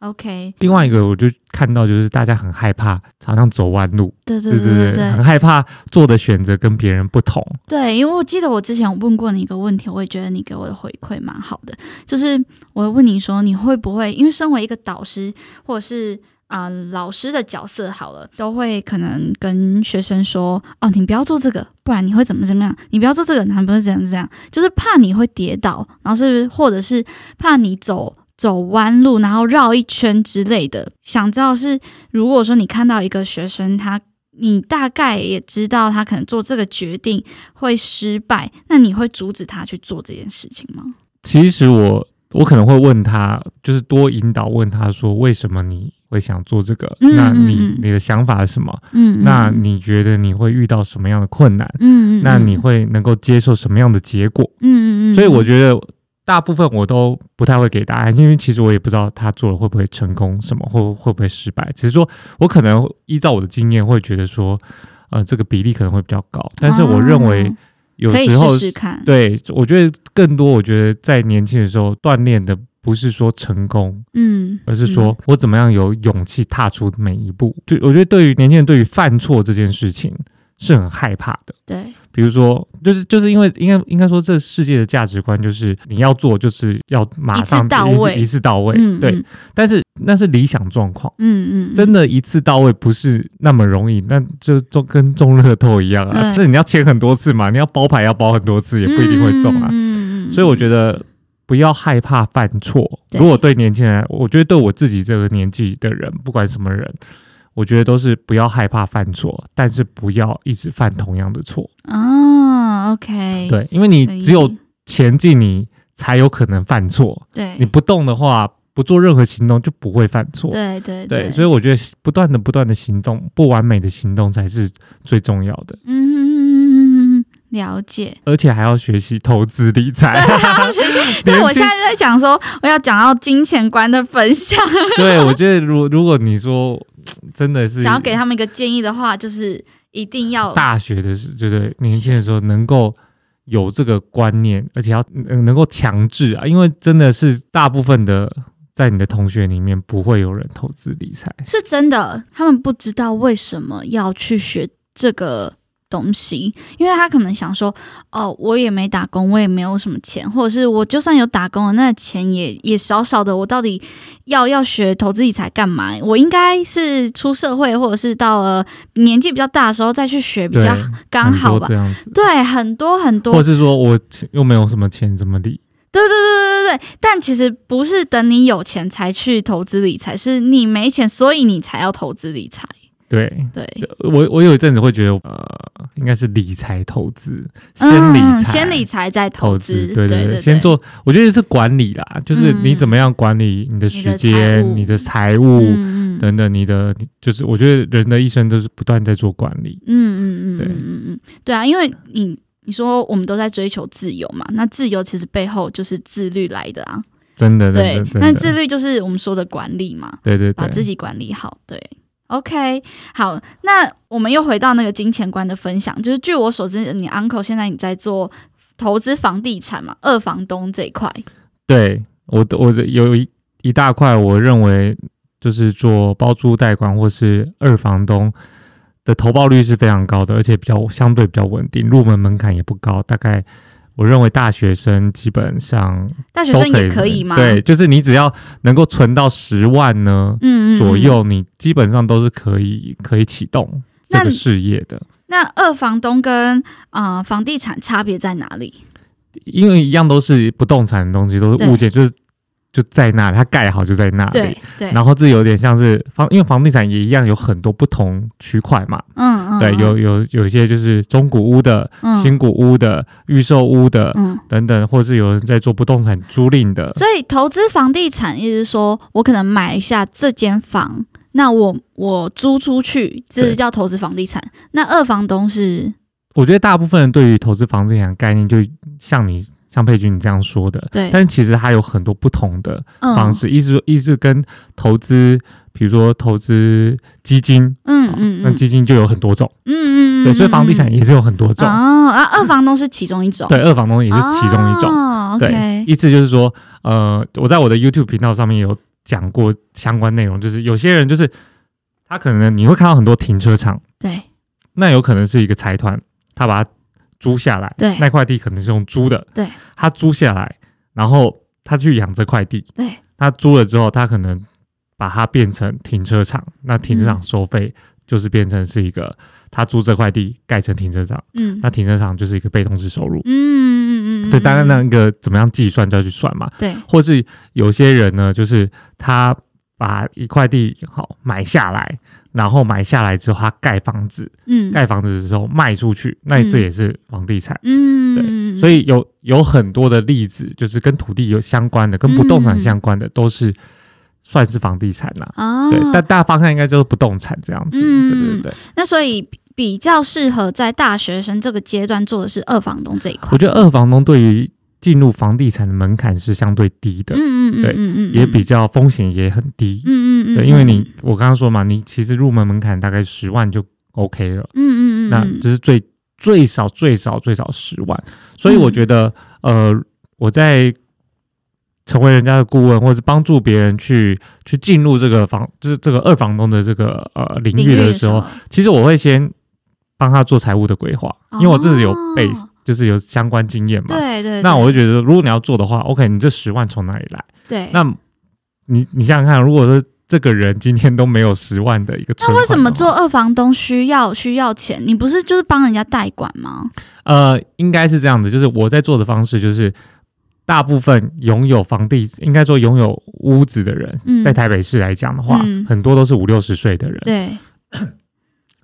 OK，
另外一个，我就看到就是大家很害怕，好像走弯路，
对对
对
对
对
对
很害怕做的选择跟别人不同。
对，因为我记得我之前有问过你一个问题，我也觉得你给我的回馈蛮好的，就是我问你说你会不会，因为身为一个导师或者是啊、呃老师的角色好了，都会可能跟学生说哦，你不要做这个，不然你会怎么怎么样，你不要做这个，你还不是怎样怎样，就是怕你会跌倒，然后是或者是怕你走。走弯路，然后绕一圈之类的。想知道是，如果说你看到一个学生，他你大概也知道他可能做这个决定，会失败，那你会阻止他去做这件事情吗？
其实我我可能会问他，就是多引导问他说，为什么你会想做这个？
嗯
那
嗯
你
嗯
你的想法是什么？
嗯
那，你觉得你会遇到什么样的困难？
嗯嗯，
那你，会能够接受什么样的结果？
嗯嗯嗯，
所以我觉得大部分我都不太会给答案，因为其实我也不知道他做了会不会成功，什么会会不会失败。只是说我可能依照我的经验会觉得说，呃，这个比例可能会比较高，但是我认为
哦
有
可以
时候，
试试看，
对我觉得更多，我觉得在年轻的时候锻炼的不是说成功，
嗯，
而是说我怎么样有勇气踏出每一步。就我觉得对于年轻人，对于犯错这件事情是很害怕的。
嗯对，
比如说，就是就是因为应该应该说，这世界的价值观就是你要做就是要马上
一次到位
一次到位，
嗯，
对
嗯。
但是那是理想状况，
嗯嗯，
真
的，
的一次到位不是那么容易，那就就跟中乐透一样啊，
对
这你要签很多次嘛，你要包牌要包很多次，也不一定会中啊。
嗯嗯嗯，
所以我觉得不要害怕犯错。
对
如果对年轻人来，我觉得对我自己这个年纪的人，不管什么人，我觉得都是不要害怕犯错，但是不要一直犯同样的错。
哦，OK，
对，因为你只有前进，你才有可能犯错。
对
你不动的话，不做任何行动就不会犯错。
对对
对，所以我觉得不断的、不断的行动，不完美的行动才是最重要的，
嗯，了解。 啊
而且还要学习投资理财。
对，我现在就在讲说，我要讲到金钱观的分享，
对我觉得如如果你说真的是
想要给他们一个建议的话，就是一定要
大学的时，就是年轻的时候能够有这个观念，而且要呃能够强制啊，因为真的是大部分的在你的同学里面不会有人投资理财，
是真的，他们不知道为什么要去学这个东西，因为他可能想说，哦，我也没打工，我也没有什么钱，或者是我就算有打工了，那钱也也少少的，我到底要要学投资理财干嘛？我应该是出社会，或者是到了年纪比较大的时候再去学比
对
较，
很
刚好
多
吧
这。样子，
对，很多很多
或，是说我又没有什么钱，怎么理？
对对对对对对，但其实不是等你有钱才去投资理财，是你没钱，所以你才要投资理财。
对，
对，
我我有一阵子会觉得，呃，应该是理财投资，先理
嗯
财，
先理财再投
投
资
资，，对
对嗯
对，先做，我觉得是管理啦，就是你怎么样管理你的
你的
时
财
间、
务
你的财
嗯
务
嗯嗯
等等，你的你就是我觉得人的一生都是不断在做管理，
嗯嗯嗯
对
嗯嗯，对啊，因为你你说我们都在追求自由嘛，那自由其实背后就是自律来的啊，
真的，
对
真的，，真
那
的
自律就是我们说的管理嘛，
对对
把
对，
自己管理好。对，OK，好，那我们又回到那个金钱观的分享，就是据我所知，你 uncle 现在你在做投资房地产嘛，二房东这一块。
对我的我的有一一大块，我认为就是做包租代管或是二房东的投报率是非常高的，而且比较相对比较稳定，入门门槛也不高，大概我认为大学生基本上
大学
都
生也可以吗？
对，，就是你只要能够存到十万呢。
嗯嗯
左。右你基本上都是可以可以启动这
那
个事业的，
那二房东跟呃房地产差别在哪里？
因为一样都是不动产的东西，都是
对
物件，就是就在那里，它盖好就在那里。
对对，
然后这有点像是房，因为房地产也一样有很多不同区块嘛，
嗯嗯，
对，
嗯
有有有一些就是中古屋的、
嗯
新古屋的、预售屋的、
嗯。
等等，或是有人在做不动产租赁的，
所以投资房地产，意思是说我可能买一下这间房，那我我租出去，这是
对
叫投资房地产。那二房东是
我觉得大部分人对于投资房地产的概念，就像你像佩君你这样说的，
对
但其实它有很多不同的
嗯
方式，意思说意思跟投资，比如说投资基金，
嗯嗯
哦那
嗯
基金就有很多种，
嗯嗯，
对，所以房地产
也
也是有很多种，
哦，啊，二房东是其中一种，
对，二房东也是其中一种。
哦、
对
OK，
意思就是说，呃，我在我的 YouTube 频道上面有讲过相关内容，就是有些人就是他可能你会看到很多停车场，
对
那有可能是一个财团，他把它租下来，
对
那块地可能是用租的，
对，
他租下来，然后他去养这块地，
对，
他租了之后，他可能把它变成停车场，那停车场
嗯
收费就是变成是一个、他租这块地盖成停车场，
嗯
那停车场就是一个被动式收入
嗯，嗯嗯嗯，
对，大概那
嗯
一个怎么样计算就要去算嘛，
对
或是有些人呢，就是他把一块地好买下来，然后买下来之后，他盖房子，
嗯
盖房子的时候卖出去，那这也是房地产。
嗯
对
对
所以有有很多的例子，就是跟土地有相关的，
嗯
跟不动产相关的，都是算是房地产啦。
哦，
对，但大方向应该就是不动产这样子。
嗯
对对对，
那所以比比较适合在大学生这个阶段做的是二房东这一块，
我觉得二房东对于进入房地产的门槛是相对低的，
嗯嗯嗯
对
嗯嗯，
也比较风险也很低。
嗯嗯嗯，
对，因为
嗯
你我刚刚说嘛，你其实入门门槛大概十万就 OK 了，
嗯嗯嗯，
那这是最最少最少最少十万，所以
嗯
我觉得、呃，我在成为人家的顾问，或是帮助别人去去进入这个房，就是这个二房东的这个呃领域的时候，，其实我会先帮他做财务的规划，因为我自己有
哦
base，、就是有相关经验嘛。
对对，
那我
对
就觉得，如果你要做的话，OK，你这十万从哪里来？
对
那你你想想看，如果说这个人今天都没有十万的一个存款的
那
话，
为什么做二房东需要需要钱？你不是就是帮人家代管吗？
呃，应该是这样子，就是我在做的方式就是大部分拥有房地，应该说拥有屋子的人，
嗯
在台北市来讲的话，
嗯
很多都是五六十岁的人。
对，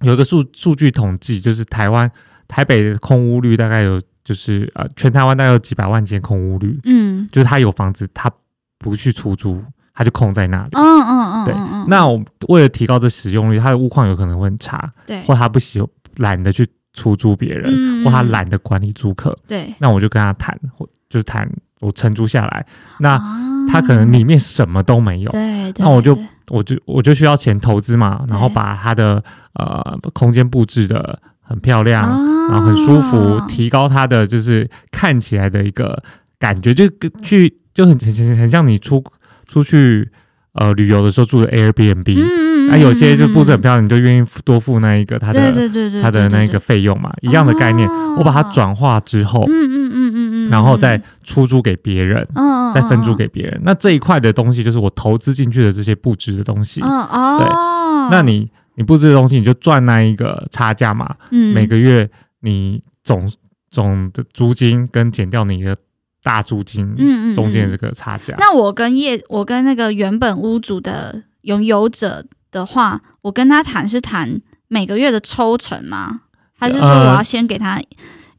有一个数数据统计，就是台湾台北的空屋率大概有，就是呃，全台湾大概有几百万间空屋率，
嗯，
就是他有房子，他不去出租，他就空在那里。
嗯嗯嗯，
对
嗯嗯，
那我为了提高这使用率，他的屋况有可能会很差，
对
或他不喜懒得去出租别人，
嗯
或他懒得管理租客，
对，
那我就跟他谈，或就是谈我承租下来，那
啊
他可能里面什么都没有，
对，对
那我就
对
我就我就需要钱投资嘛，然后
对
把他的呃空间布置的很漂亮，
啊
然后很舒服，提高他的就是看起来的一个感觉，就跟去就很很很很像你出出去呃旅游的时候住的 Airbnb，那、
嗯嗯，
啊有些就布置
怎
很
么
漂亮，你就愿意付多付那一个他的
对对对对，
他的
嗯对
那个，费用嘛，一样的概念，我把它转化之后
对对，啊嗯嗯嗯嗯嗯，
然后再
嗯
出租给别人。
嗯，嗯
再分租，给别人，那这一块的东西就是我投资进去的这些布置的东西。
嗯哦，
那你你布置的东西，你就赚那一个差价嘛。
嗯
每个月你总总的租金跟减掉你的大租金，
嗯嗯
中间的
嗯
这个差价。
那我跟业，我跟那个原本屋主的拥有者的话，我跟他谈是谈每个月的抽成吗？还是说
呃
我要先给他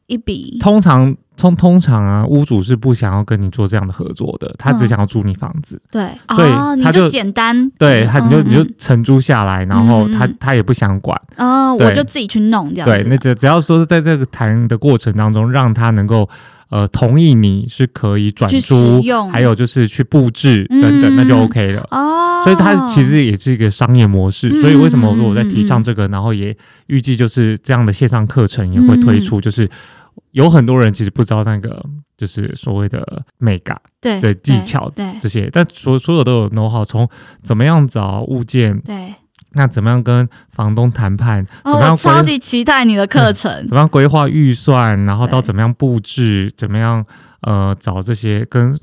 一笔？
通常通通常啊，屋主是不想要跟你做这样的合作的，他只
嗯
想要租你房子。
对，
所以
哦，你
他就
简单，
对他，你就
嗯
你就
嗯
承租下来，然后他
嗯嗯
他也不想管。
哦，
对
我就自己去弄这样
对
子。，啊
那只只要说是在这个谈的过程当中，让他能够呃同意你是可以转
去
租
使用，
还有就是去布置
嗯
等等，那就
嗯嗯
OK 了。
哦，
所以它其实也是一个商业模式，
嗯
所以为什么我说我在提倡这个，然后也预计就是这样的线上课程也会
嗯
推出，就是有很多人其实不知道那个就是所谓的 mega
对
的技巧
对
这些，但所所有都有 know how，从怎么样找物件，
对。
那怎么样跟房东谈判，怎
哦，
么样
我
规
超级期待你的课程。
怎么样规划预算，然后到
对
怎么样布置，怎么样呃找这些跟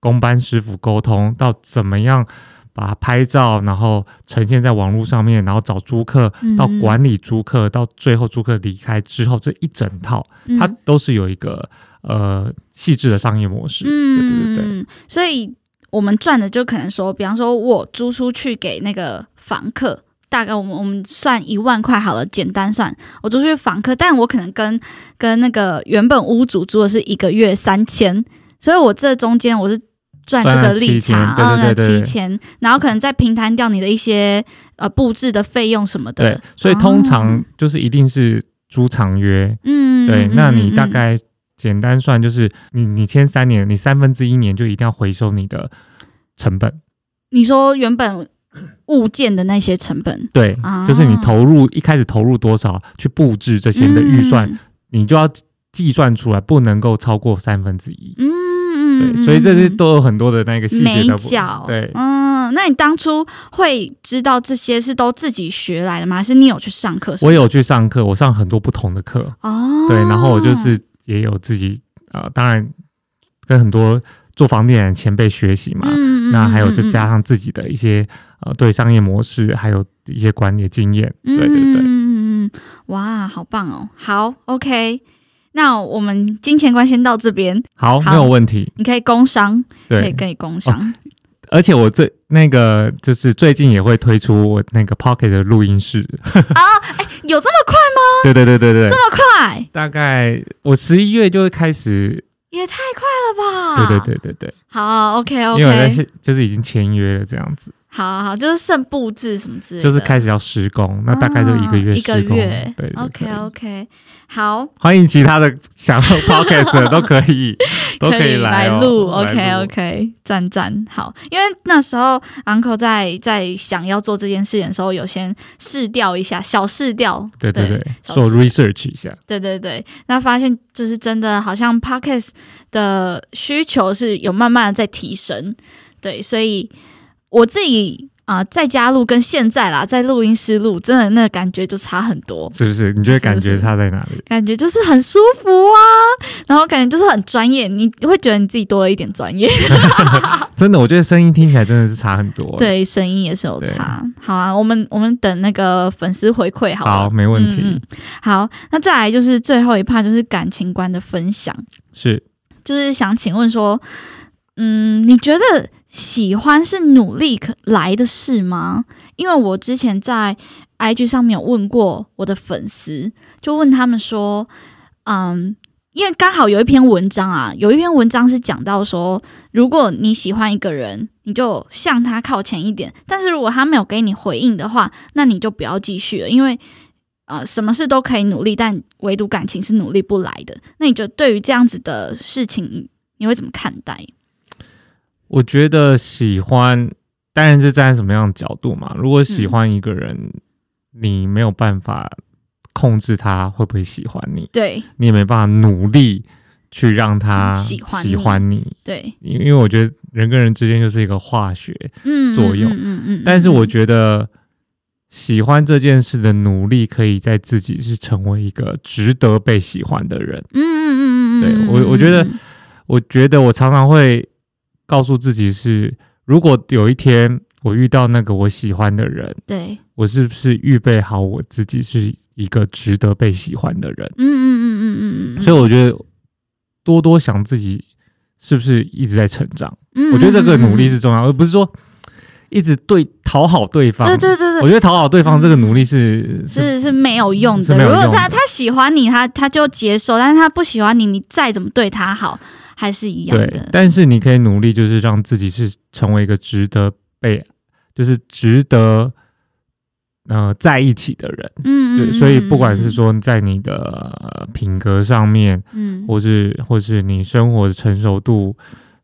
工班师傅沟通，到怎么样把它拍照，然后呈现在网络上面，然后找租客，到
嗯
管理租客，到最后租客离开之后，这一整套它
嗯
都是有一个呃细致的商业模式。对对对对，
嗯，所以我们赚的就可能说，比方说我租出去给那个房客，大概我们我们算一万块好了，简单算，我租出去房客，但我可能跟跟那个原本屋主租的是一个月三千，所以我这中间我是。赚这
赚
个
了
利
7000
差，哦
对对对对
七千，然后可能再平摊掉你的一些呃布置的费用什么的
对，所以通
哦
常就是一定是租长约，
嗯，
对
嗯，
那
嗯
你大
嗯
概简单算就是你你签三年，你三分之一年就一定要回收你的成本，
你说原本物件的那些成本，
对，
啊
就是你投入一开始投入多少去布置这些的预算，
嗯
你就要计算出来，不能够超过三分之一。
嗯
对，所以这些
是
都有很多的那个细节
美
的部
角，
对，
嗯，那你当初会知道这些是都自己学来的吗？还是你有去上课什么
我
的？
有去上课，我上很多不同的课，
哦，
对，然后我就是也有自己呃，当然跟很多做房地产的前辈学习嘛，
嗯，嗯
那还有就加，
嗯
上自己的一些呃对商业模式，还有一些管理的经验，
嗯
对对
嗯
对，
嗯嗯嗯，哇，好棒哦，好，OK，那我们金钱观先到这边，
好，
好
没有问题，
你可以工商，可以
对，哦
可以工商，
而且我最那个就是最近也会推出我那个 Pocket 的录音室，
有这么快
对对对对对，
哦这么快？
大概我十一月就会开始，
也太快了吧！
对对，对对对，
好，OK 啊 OK，
因为我在是就是已经签约了这样子，
好好，就是剩布置什么之类的，
就是开始要施工，那大概就一个
啊
月
一个
施工，
月
对对对
OK OK，好，
欢迎其他的想要 Pocket 的都可 以，都
以
来哦
录
来
，OK OK，赞赞，好，因为那时候 uncle 在在想要做这件事情的时候，有先试调一下，小试调，
对对对，
小
做
事
research 一下，
对对对，那发现就是真的，好像 podcast 的需求是有慢慢的在提升，对，所以我自己啊、呃在家录跟现在啦，在录音室录，真的那感觉就差很多，
是不是？你就会感觉差在哪里？
感觉就是很舒服啊，然后感觉就是很专业，你会觉得你自己多了一点专业，
真的，我觉得声音听起来真的是差很多。，
哦对，声音也是有差。好啊，我们我们等那个粉丝回馈好了。嗯
好，没问题，
嗯嗯好，那再来就是最后一趴，就是感情观的分享。
是
就是想请问说，嗯，你觉得喜欢是努力可来的事吗？因为我之前在 IG 上面有问过我的粉丝，就问他们说，嗯，因为刚好有一篇文章啊，有一篇文章是讲到说，如果你喜欢一个人，你就向他靠前一点；但是如果他没有给你回应的话，那你就不要继续了，因为呃，什么事都可以努力，但唯独感情是努力不来的。那你就对于这样子的事情，你你会怎么看待？
我觉得喜欢，当然是站在什么样的角度嘛。如果喜欢一个人，
嗯
你没有办法控制他会不会喜欢你，
对
你也没办法努力去让他
嗯喜欢你
喜欢你，
对，
因因为我觉得人跟人之间就是一个化学，
嗯，
作用
嗯嗯嗯嗯
但是我
嗯
觉得喜欢这件事的努力，可以在自己是成为一个值得被喜欢的人。
嗯嗯嗯嗯，
对
嗯
我我觉得，
嗯嗯
我觉得我常常会告诉自己是，如果有一天我遇到那个我喜欢的人，
对，
我是不是预备好我自己是一个值得被喜欢的人？
嗯嗯嗯嗯嗯嗯，
所以我觉得多多想自己是不是一直在成长，
以
我觉得这
嗯
个努力是重要，而不是说一直对讨好对方。
对对对
我
对。
觉得讨好对方这个努力是
是是没有用
是
的。
没有
如果
用
他
的
他喜欢你，他他就接受；但是他不喜欢你，你再怎么对他好，还是一样
对
的，。
但是你可以努力，就是让自己是成为一个值得被，就是值得呃在一起的人。
嗯，
对，
嗯
所以不管是，
嗯
说在你的、呃品格上面，
嗯嗯
或是或是你生活的成熟度，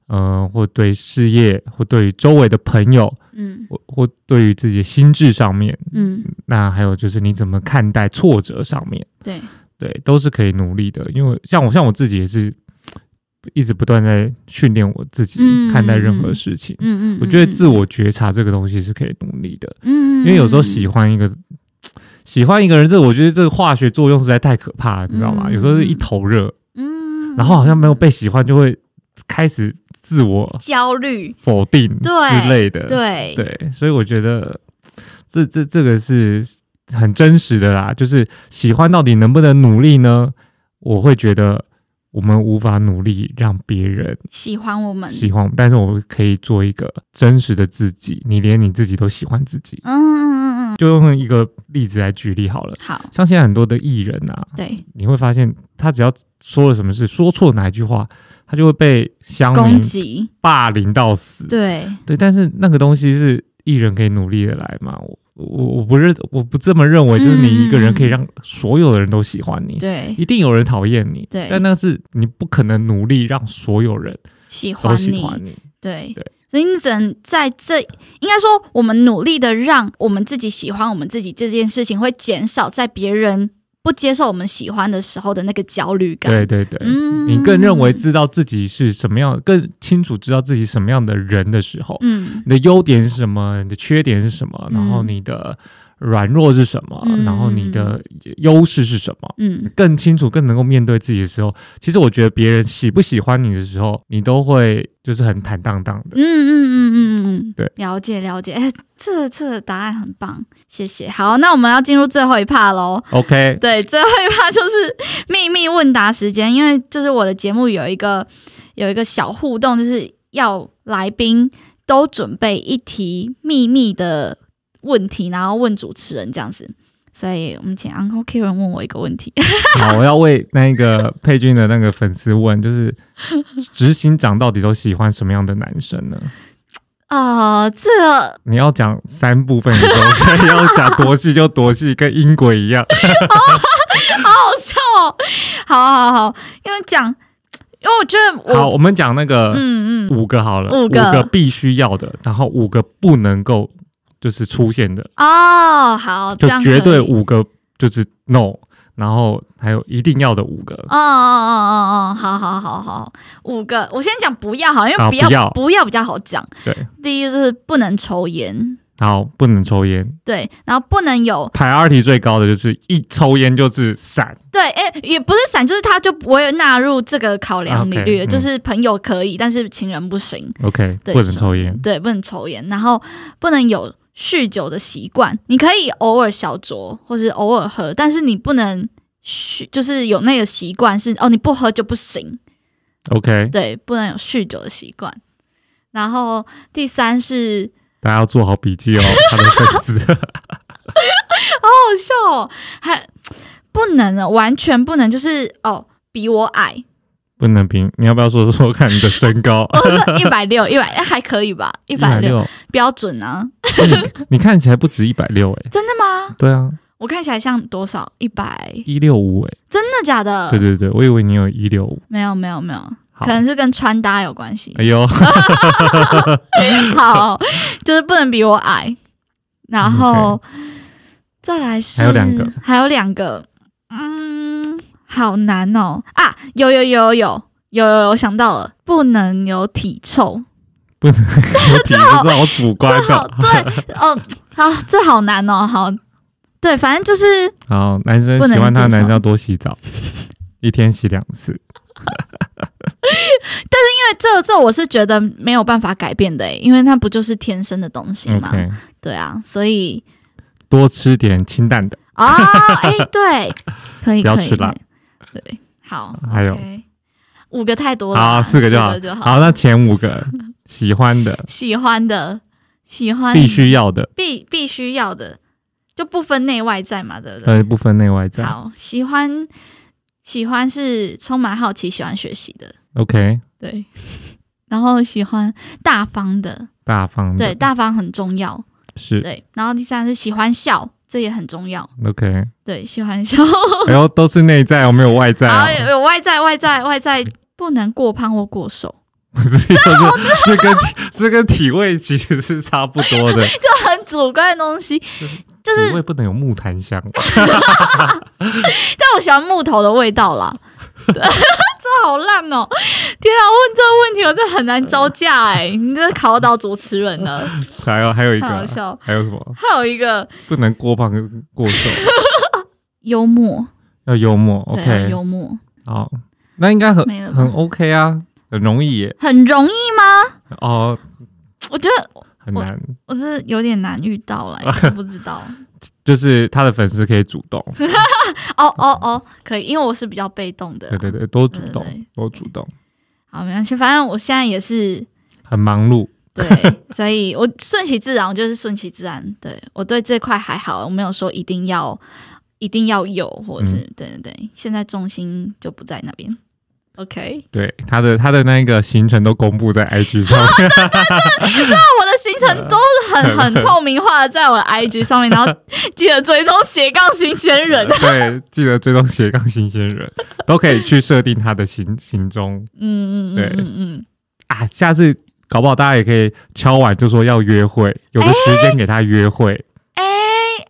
呃，或对事业，或对于周围的朋友，
嗯
或或对于自己的心智上面，
嗯，嗯
那还有就是你怎么看待挫折上面。
对，
对，都是可以努力的。因为像我，像我自己也是一直不断在训练我自己
嗯
看待任何事情。
嗯嗯，
我觉得
嗯
自，我觉察这个东西是可以努力的，
嗯，嗯
因为有时候喜，欢一个喜欢一个人，这我觉得这个化学作用实在太可怕了，你知道吗？
嗯
有时候是一头热，
嗯，嗯
然后好像没有被喜欢，就会开始自我
焦虑，
否定
对
之类的。
对，
对，所以我觉得这这这个是很真实的啦，就是喜欢到底能不能努力呢？我会觉得我们无法努力让别人
喜欢我们，
喜欢我们，但是我们可以做一个真实的自己。你连你自己都喜欢自己，
嗯嗯嗯嗯，
就用一个例子来举例好了。
好，
像现在很多的艺人啊，
对，
你会发现他只要说了什么事，说错哪一句话，他就会被乡
攻
民
击，
霸凌到死。
对，
对，但是那个东西是艺人可以努力的来嘛？我我我不认，我不这么认为，
嗯
就是你一个人可以让所有的人都喜欢你，
对，
一定有人讨厌你，
对
但那是你不可能努力让所有人
喜欢
都喜
你，
欢你，
对
对
所以你只能在这，应该说我们努力的让我们自己喜欢我们自己这件事情，会减少在别人不接受我们喜欢的时候的那个焦虑感。
对对对。
嗯
你更认为知道自己是什么样，更清楚知道自己什么样的人的时候，
嗯
你的优点是什么，你的缺点是什么，然后
嗯
你的软弱是什么，
嗯
然后你的优势是什么，
嗯
更清楚、更能够面对自己的时候，其实我觉得别人喜不喜欢你的时候，你都会就是很坦荡荡
嗯
的。
嗯嗯嗯嗯，
对，
了解了解。哎，这这个答案很棒，谢谢。好，那我们要进入最后一趴喽。
OK，
对，最后一趴就是秘密问答时间，因为就是我的节目有一个有一个小互动，就是要来宾都准备一题秘密的问题，然后问主持人这样子。所以我们请 Uncle Kieran 问我一个问题。
好，我要为那个佩君的那个粉丝问，就是执行长到底都喜欢什么样的男生呢？
啊、这个
你要讲三部分，你都 可以要讲多细就多细，跟音轨一样。
好笑哦，好好好，因为讲，因为我觉得我，
好，我们讲那个
嗯嗯，
五个好了，
五个
必须要的，然后五个不能够就是出现的，
哦，好，
就
这样
绝
可以
对五个就是 no，然后还有一定要的五个，
哦哦哦哦哦，好好好好，五个，我先讲不要好，因为
好
不要、
啊不要
比较好讲。
对，
第一就是不能抽烟，
好，不能抽烟。
对，然后不能有
排 r t 最高的就是一抽烟就是闪，
对，哎、也不是闪，就是他就不会纳入这个考量比率
OK，嗯
就是朋友可以，但是情人不行，
OK，
对
不能抽烟。
对，不能抽烟，然后不能有酗酒的习惯，你可以偶尔小酌或是偶尔喝，但是你不能酗，就是有那个习惯是哦，你不喝就不行。
OK，
对，不能有酗酒的习惯。然后第三是
大家要做好笔记哦，他的 粉丝
好笑、哦，还不能了，完全不能，就是哦，比我矮，
不能评。你要不要说说看你的身高？
一百六，一百还可以吧， 一百六
六，
标准啊，
哎你你看起来不止一百六哎，
真的吗？
对啊，
我看起来像多少？一百，
一六五哎，
真的假的
对？对对，我以为你有一六五。
没有没有没有，
好
可，能是跟穿搭有关系。
哎呦，
好，就是不能比我矮。然后、再来是
嗯还有两个，
还有两个，嗯，好难哦啊！有有有有有有有有想到了，不能有体臭。
我体质好主观
好，
的。
对哦，啊，这好难哦，好，对，反正就是
好，男生
不能
喜欢他的
接受
男生要多洗 澡，一天洗两次。
这这我是觉得没有办法改变的诶，欸因为它不就是天生的东西嘛
OK，
对啊，所以
多吃点清淡的。
啊，哎、 对，可以，
不要
可以
吃辣，
对，好，
还有
OK 五个太多了啊，
好，四个就好
四。就好，
好，那前五个喜欢的、
喜欢的，喜 欢
必须要的，
必必须要的，就不分内外在嘛，对不对？
呃，不分内外在。
好，喜欢喜欢是充满好奇，喜欢学习的，
OK，
对。 然后喜欢大方的，
大方的
对，大方很重要，
是
对。然后第三是喜欢笑，这也很重要，
OK。
对，喜欢笑。
然后都是内在哦，没有外在
然后
哦。
有有外在，外在，外在不能过胖或过瘦，
不是，就是这跟体这跟体味其实是差不多的，
就很主观的东西。
体味不能有木檀香。
但我喜欢木头的味道啦。 这好烂哦！天啊，问这个问题我这很难招架哎、你这考到主持人了。
还有还有一
太好
个，
笑。
还有什么？
还有一个
不能过胖跟过瘦，
幽默，
要幽默。
对啊，
OK，
幽默
好，那应该很
没了
很
吧？
OK 啊，很容易耶。
很容易吗？
哦，
我觉得
很难，
我是有点难遇到了，我不知道。
就是他的粉丝可以主动，
哦哦哦，可以，因为我是比较被动的。啊嗯
对对对，多主
对对
动，多主动，
好，没关系，反正我现在也是
很忙碌。
对，所以我顺其自然，我就是顺其自然。对我对这块还好，我没有说一定要一定要有，或者是、
嗯
对对对，现在重心就不在那边。OK，
对，他的他的那个行程都公布在 IG 上面，
啊我的行程都是很很透明化的，在 我的 IG 上面，然后记得追踪斜杠新鲜 人。
对，记得追踪斜杠新鲜人，都可以去设定他的行行踪
嗯嗯嗯嗯嗯，
啊。下次搞不好大家也可以敲碗，就说要约会，有个时间给他约会，
哎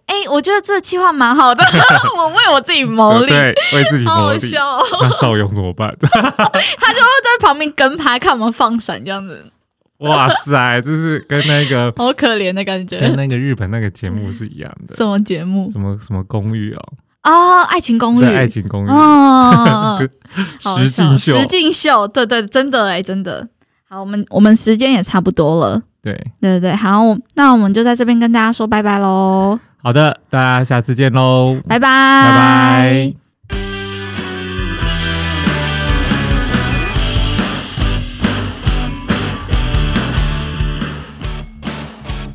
哎、我觉得这计划 蛮好的，我为我自己谋利，
对，为自己
好
谋
好
利。
笑、哦。
那邵勇怎么 办？
他就会在旁边跟拍，看我们放闪这样子，
哇塞，这是跟那 个
好可怜的感
跟
觉。
那个日本那个节目是一样的，
什么节目？
什么什么公寓哦，
哦，《爱情公寓
对，》爱情公寓，
哦， 好好
实
笑
境秀，
实境秀，对对，真的哎、真的。好，我们我们时间也差不多了，
对，
对对对。好，那我们就在这边跟大家说拜拜喽，
好的，大家下次见喽，
拜拜，拜
拜拜。